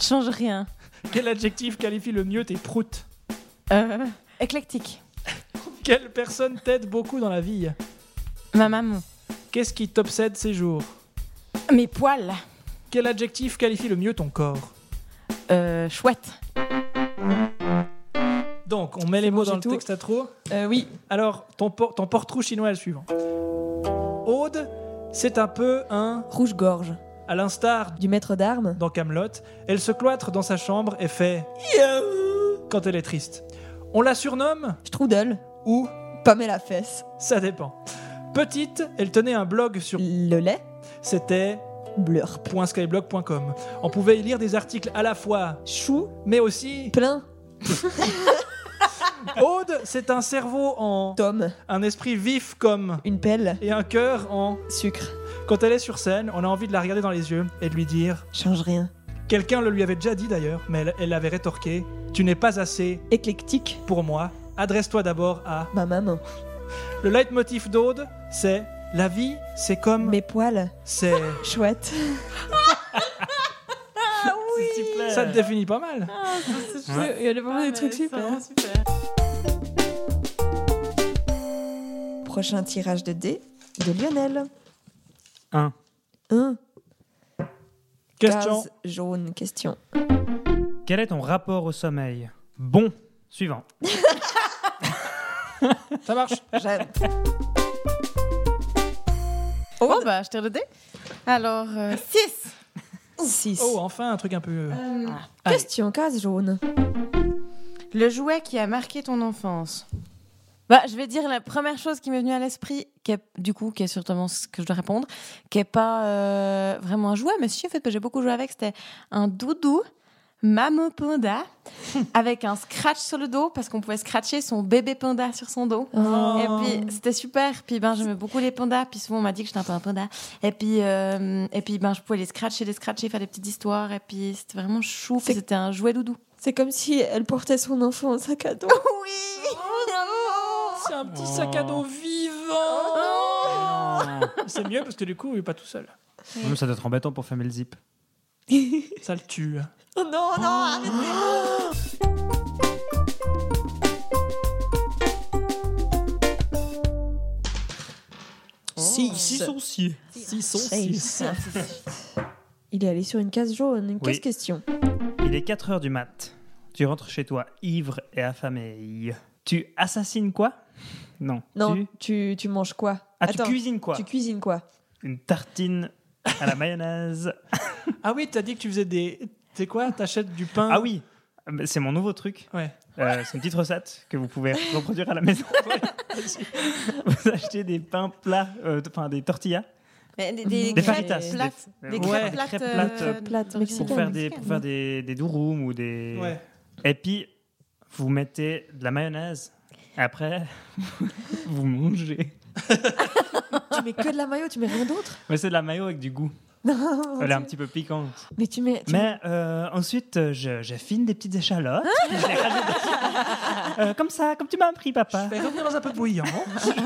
Change rien. Quel adjectif qualifie le mieux tes proutes Euh, éclectique. Quelle personne t'aide beaucoup dans la vie Ma maman. Qu'est-ce qui t'obsède ces jours Mes poils. Quel adjectif qualifie le mieux ton corps Euh, chouette. Donc, on met les bon, mots j'ai dans le tout. texte à trop. Euh, oui, Alors, ton, por- ton portrou chinois est le suivant. Aude, c'est un peu un, rouge-gorge, à l'instar du maître d'armes. dans Camelot, elle se cloître dans sa chambre et fait quand elle est triste. On la surnomme Strudel, ou Pamela Fesse, ça dépend. Petite, elle tenait un blog sur le lait, c'était blurp, .skyblog.com. On pouvait y lire des articles à la fois chou, mais aussi plein, Aude, c'est un cerveau en tome, un esprit vif comme une pelle, et un cœur en sucre, quand elle est sur scène, on a envie de la regarder dans les yeux et de lui dire change rien, Quelqu'un le lui avait déjà dit d'ailleurs, mais elle- elle l'avait rétorqué Tu n'es pas assez éclectique, pour moi, adresse-toi d'abord à. ma maman, Le leitmotiv d'Aude, c'est La vie, c'est comme. mes poils, C'est. chouette, C'est super. Ça te définit pas mal. Ouais. il y a vraiment des trucs super. Prochain tirage de dés de Lionel. Un. Un, Question. case jaune, question. Quel est ton rapport au sommeil Bon. Suivant. Ça marche Jeanne. Oh, bah, je tire le dé. Alors, euh, 6. 6. Oh, enfin, un truc un peu. Allez. Question, case jaune. Le jouet qui a marqué ton enfance. Bah, je vais dire la première chose qui m'est venue à l'esprit, qui est- du coup, qui est certainement ce que je dois répondre, qui n'est pas euh, vraiment un jouet, mais si, en fait, parce que j'ai beaucoup joué avec, c'était un doudou, Mamo Panda, avec un scratch sur le dos, parce qu'on pouvait scratcher son bébé panda sur son dos. Oh. Et puis c'était super. Puis ben j'aimais beaucoup les pandas. Puis souvent on m'a dit que j'étais un peu un panda. Et puis euh, et puis ben je pouvais les scratcher, les scratcher, faire des petites histoires. Et puis c'était vraiment chou. Puis C'est- C'était un jouet doudou. C'est comme si elle portait son enfant en sac à dos. Oh, Oui. Oh. C'est un petit sac à dos vivant Oh. C'est mieux parce que du coup, il est pas tout seul. Hum, Ça doit être embêtant pour fermer le zip. Ça le tue. Oh non, non, arrêtez. Oh. Six. si. 6 Six. Il est allé sur une case jaune, une case Oui. question. Il est 4 heures du mat. Tu rentres chez toi ivre et affamé. Tu assassines quoi Non. Non, Tu... tu, tu manges quoi Ah, Attends, tu cuisines quoi tu cuisines quoi Une tartine à la mayonnaise. Ah oui, t'as dit que tu faisais des. C'est quoi T'achètes du pain Ah oui, euh, c'est mon nouveau truc. Ouais. Euh, c'est une petite recette que vous pouvez reproduire à la maison. vous achetez des pains plats, euh, enfin des tortillas, Mais Des, Des crêpes fajitas, des- plates. Des ouais, crêpes des plates. crêpes plates, euh, crêpes plates d'origine pour Mexicaine. faire des, pour faire des, des durum ou des. Ouais. Et puis, vous mettez de la mayonnaise. Après, vous mangez. Tu mets que de la mayo, tu mets rien d'autre Mais c'est de la mayo avec du goût. Non, Elle est un tu- petit peu piquante. Mais tu mets. tu- Mais euh, ensuite, euh, je- j'affine des petites échalotes. puis je les rajoute dessus. Euh, comme ça, comme tu m'as appris, papa. Je vais revenir dans un peu de bouillant.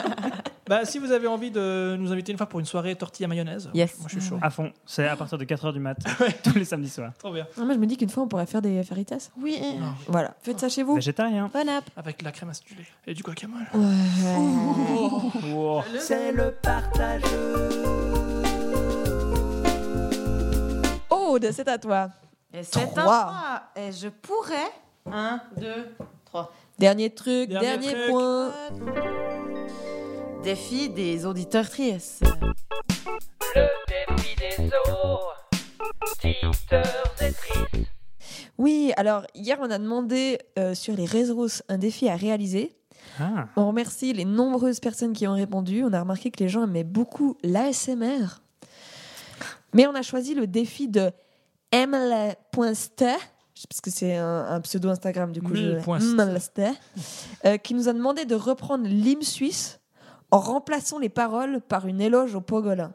bah, si vous avez envie de nous inviter une fois pour une soirée tortilla mayonnaise, Yes. moi je suis chaud. À fond, c'est à partir de 4h du mat, tous les samedis soirs. Trop bien. Ah, moi, je me dis qu'une fois, on pourrait faire des faritas. Oui. Voilà. Faites ça chez Bah, vous. Végétarien. Bon app. Avec la crème acidulée et du guacamole. Wow. C'est le partage. Aude, c'est à toi. Et c'est un Trois. trois. Et je pourrais. Un, deux, trois. Dernier truc, Dernier dernier, truc. point. Défi des auditeurs Tries. Oui, alors hier, on a demandé euh, sur les réseaux un défi à réaliser. Ah, On remercie les nombreuses personnes qui ont répondu. On a remarqué que les gens aimaient beaucoup l'ASMR. Mais on a choisi le défi de ml.st, parce que c'est un, un pseudo Instagram du coup, je- ML.st. ML.st, euh, qui nous a demandé de reprendre l'hymne suisse en remplaçant les paroles par une éloge au pogolin.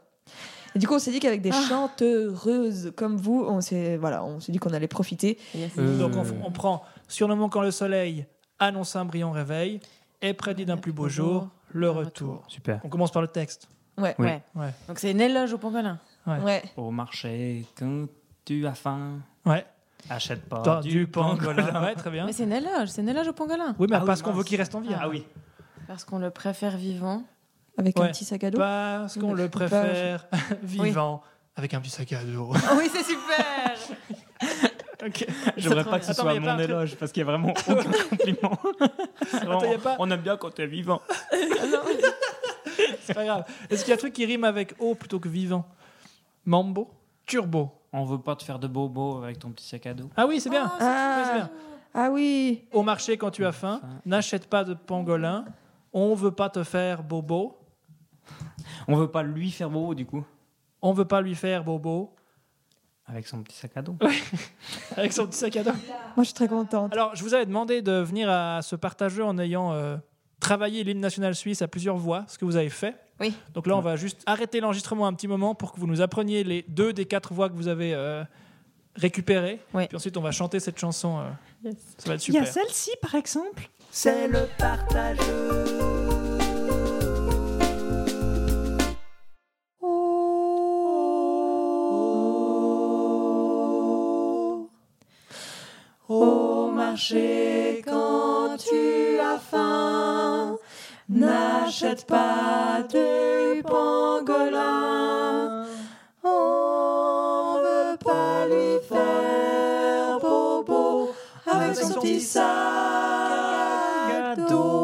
Et du coup, on s'est dit qu'avec des chanteureuses comme vous, on s'est voilà, on s'est dit qu'on allait profiter. Yes. Euh. Donc on, on prend Surnommant quand le soleil annonce un brillant réveil et prédit d'un plus beau jour le retour. super. On commence par le texte. Ouais, Oui. Ouais. Ouais. Donc c'est une éloge au pangolin. ouais. Au marché, quand tu as faim, Ouais. achète pas Dans Ah, du, du pangolin. pangolin. Ouais, très bien. Mais c'est une éloge, c'est une éloge au pangolin. Oui, mais Ah oui, parce qu'on mince. veut qu'il reste en vie. Ah oui. Parce qu'on le préfère vivant. avec Ouais. Bah, un petit sac à dos. Parce qu'on le préfère vivant avec un petit sac à dos. Ah oui, c'est super Ok. J'aimerais trop pas que ce bien. Attends, soit mais y a pas mon un truc- éloge parce qu'il y a vraiment aucun compliment. Attends, y a pas- On aime bien quand t'es vivant. C'est pas grave. Est-ce qu'il y a un truc qui rime avec eau plutôt que vivant Mambo Turbo. On veut pas te faire de bobos avec ton petit sac à dos. Ah oui, c'est bien. Ouais, Oh, c'est Ah, bien. ah oui. Au marché quand tu as faim, n'achète pas de pangolin. On veut pas te faire bobo. On veut pas lui faire bobo du coup On veut pas lui faire bobo avec son petit sac à dos. avec son petit sac à dos. Moi, je suis très contente. Alors, je vous avais demandé de venir à ce partageux en ayant euh, travaillé l'hymne national suisse à plusieurs voix, ce que vous avez fait. Oui. Donc là, on va juste arrêter l'enregistrement un petit moment pour que vous nous appreniez les deux des quatre voix que vous avez euh, récupérées. Oui. Puis ensuite, on va chanter cette chanson. euh, Yes. Ça va être super. celle-ci par exemple. C'est le partage. Oh. Au Oh. marché, quand tu as faim, n'achète pas du pangolin. On veut pas lui faire bobo avec son petit sac à dos.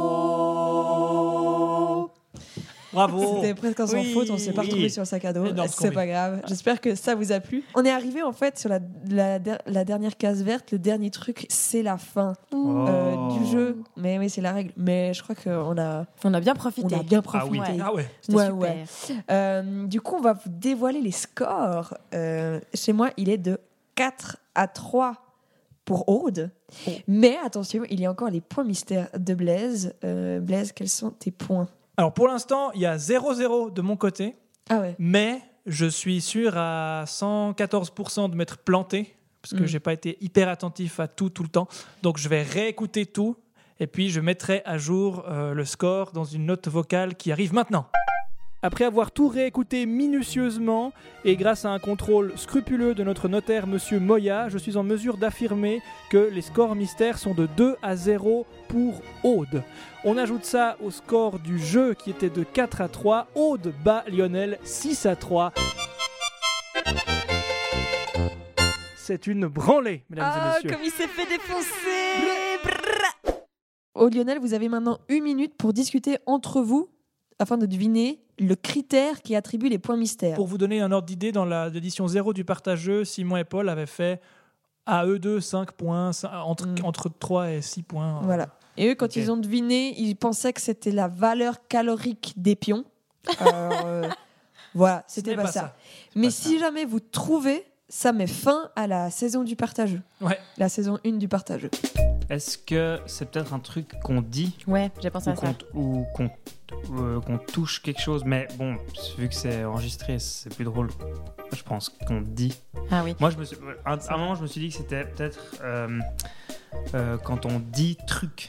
Bravo. C'était presque sans Oui, faute, on s'est pas oui. retrouvé sur le sac à dos. Énorme C'est combi. pas grave. J'espère que ça vous a plu. On est arrivé en fait sur la, la, der- la dernière case verte. Le dernier truc, c'est la fin euh, Oh. Oh. du jeu. Mais oui, c'est la règle. Mais je crois qu'on a, On a bien on profité. a bien Ah oui. profité. Ah ouais. C'était Ouais, super. ouais. Euh, du coup, on va vous dévoiler les scores. Euh, chez moi, il est de 4 à 3 pour Aude. Mais attention, il y a encore les points mystères de Blaise. Euh, Blaise, quels sont tes points Alors pour l'instant, il y a 0-0 de mon côté, Ah ouais. mais je suis sûr à 114% de m'être planté, parce que Mm. j'ai pas été hyper attentif à tout tout le temps. Donc je vais réécouter tout, et puis je mettrai à jour euh, le score dans une note vocale qui arrive maintenant. Après avoir tout réécouté minutieusement et grâce à un contrôle scrupuleux de notre notaire Monsieur Moya, je suis en mesure d'affirmer que les scores mystères sont de 2 à 0 pour Aude. On ajoute ça au score du jeu qui était de 4 à 3. Aude bat Lionel 6 à 3. Ah, C'est une branlée, mesdames et messieurs. il s'est fait défoncer Au Lionel, vous avez maintenant une minute pour discuter entre vous afin de deviner le critère qui attribue les points mystères. Pour vous donner un ordre d'idée, dans la- l'édition 0 du partageux, Simon et Paul avaient fait à eux deux 5 points, cin- entre, Mm. entre 3 et 6 points. Voilà. Et eux, quand Ok. ils ont deviné, ils pensaient que c'était la valeur calorique des pions. Alors, euh, voilà, Ce c'était n'est pas, ça. Mais pas si jamais vous trouvez, ça met fin à la saison du partageux. Ouais. La saison 1 du partageux. Est-ce que c'est peut-être un truc qu'on dit Ouais, j'ai pensé ou à ça. qu'on ou qu'on- euh, qu'on touche quelque chose Mais bon, vu que c'est enregistré, c'est plus drôle. Je pense qu'on dit. Ah oui. Moi, je me suis, un, un moment, je me suis dit que c'était peut-être euh, euh, quand on dit truc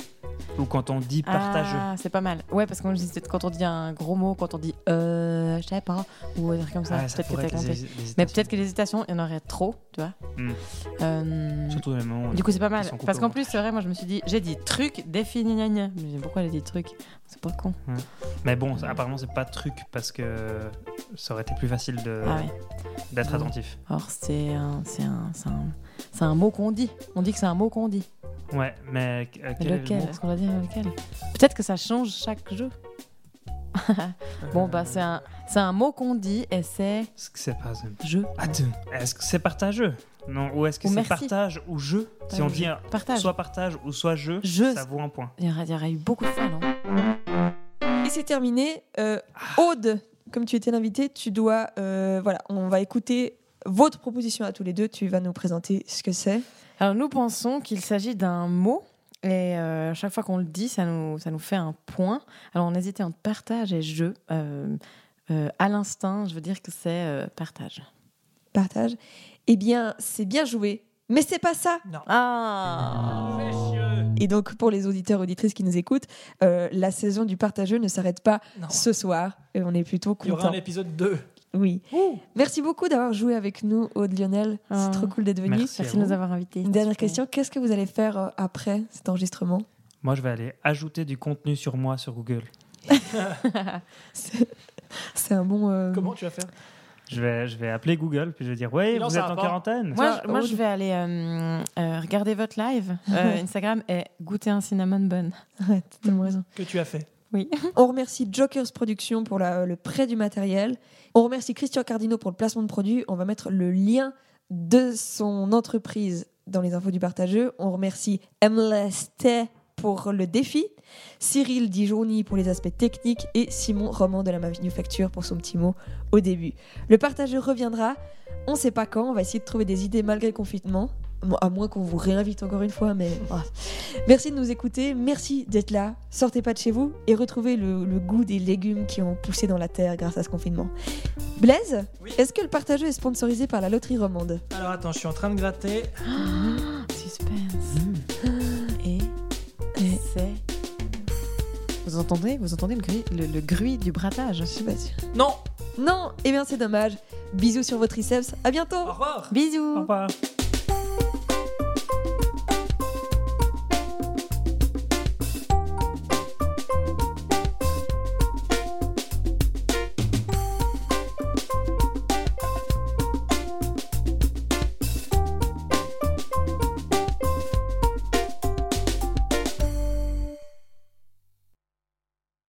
ou quand on dit partageux. Ah, c'est pas mal. Ouais, parce qu'on dit quand on dit un gros mot, quand on dit euh, je sais pas, ou un truc comme ça. Ah, ça peut-être que pourrait t'as être les- compris. les hésitations. Mais peut-être que l'hésitation, il y en aurait trop, tu vois. Hmm. Euh, Surtout les moments où on Du coup, c'est pas Ils mal. sont coupés Parce au qu'en montage. plus, c'est vrai, moi, je me suis dit, j'ai dit truc, défini, gna gna. Mais pourquoi j'ai dit truc C'est pas con. Mais bon, ça, apparemment, c'est pas truc parce que ça aurait été plus facile de- Ah ouais. d'être Bon. attentif. Or, c'est un, c'est un, c'est un, c'est un mot qu'on dit. On dit que c'est un mot qu'on dit. Ouais, mais euh, Mais quel est le lequel mot Est-ce qu'on va dire lequel Peut-être que ça change chaque jeu. bon, bah, c'est un, c'est un mot qu'on dit et c'est Est-ce que c'est pas un- jeu. Ah, Attends, est-ce que c'est partageux Non, ou est-ce que Ou c'est merci. partage ou jeu Si Partage. on dit euh, Partage. soit partage ou soit jeu, Jeu. ça vaut un point. Il y aurait il y aurait eu beaucoup de hein. ça, non Et c'est terminé. Euh, Aude, comme tu étais l'invité, tu dois. euh, voilà, on va écouter votre proposition à tous les deux. Tu vas nous présenter ce que c'est. Alors nous pensons qu'il s'agit d'un mot. Et euh, chaque fois qu'on le dit, ça nous, ça nous fait un point. Alors on hésitait entre partage et jeu. Euh, euh, à l'instinct, je veux dire que c'est euh, partage. Partage. Eh bien, c'est bien joué. Mais c'est pas ça. Ah Et donc, pour les auditeurs auditrices qui nous écoutent, euh, la saison du partageux ne s'arrête pas Non. ce soir. Et on est plutôt Il y aura contents. un épisode 2. Oui. Merci beaucoup d'avoir joué avec nous, Aude Lionel. Ah. C'est trop cool d'être venu. Merci à Merci de nous vous. avoir invités. Une dernière question qu'est-ce que vous allez faire euh, après cet enregistrement Moi, je vais aller ajouter du contenu sur moi sur Google. C'est c'est un bon. euh, Comment tu vas faire Je vais, je vais appeler Google, puis je vais dire Ouais, Il lance vous êtes un en rapport. quarantaine Moi, Toi, je, moi, Aude je vais aller euh, euh, regarder votre live euh, Instagram et goûter un cinnamon bun. Ouais, t'as tellement raison. Que tu as fait On remercie Jokers Productions pour la- le prêt du matériel. On remercie Christian Cardino pour le placement de produit. On va mettre le lien de son entreprise dans les infos du partageux. On remercie Emleste pour le défi, Cyril Dijourny pour les aspects techniques et Simon Roman de la Manufacture pour son petit mot au début. Le partageux reviendra. On sait pas quand. On va essayer de trouver des idées malgré le confinement. Bon, À moins qu'on vous réinvite encore une fois, mais. ah, Merci de nous écouter, merci d'être là. Sortez pas de chez vous et retrouvez le, le goût des légumes qui ont poussé dans la terre grâce à ce confinement. Blaise, Oui. est-ce que le partageux est sponsorisé par la loterie romande Alors attends, je suis en train de gratter. Suspense. Et c'est... Vous entendez Vous entendez le gru- le- le gruit du bratage Je suis pas sûre. Non Non, eh bien c'est dommage. Bisous sur vos triceps, à bientôt Au revoir Bisous Au revoir.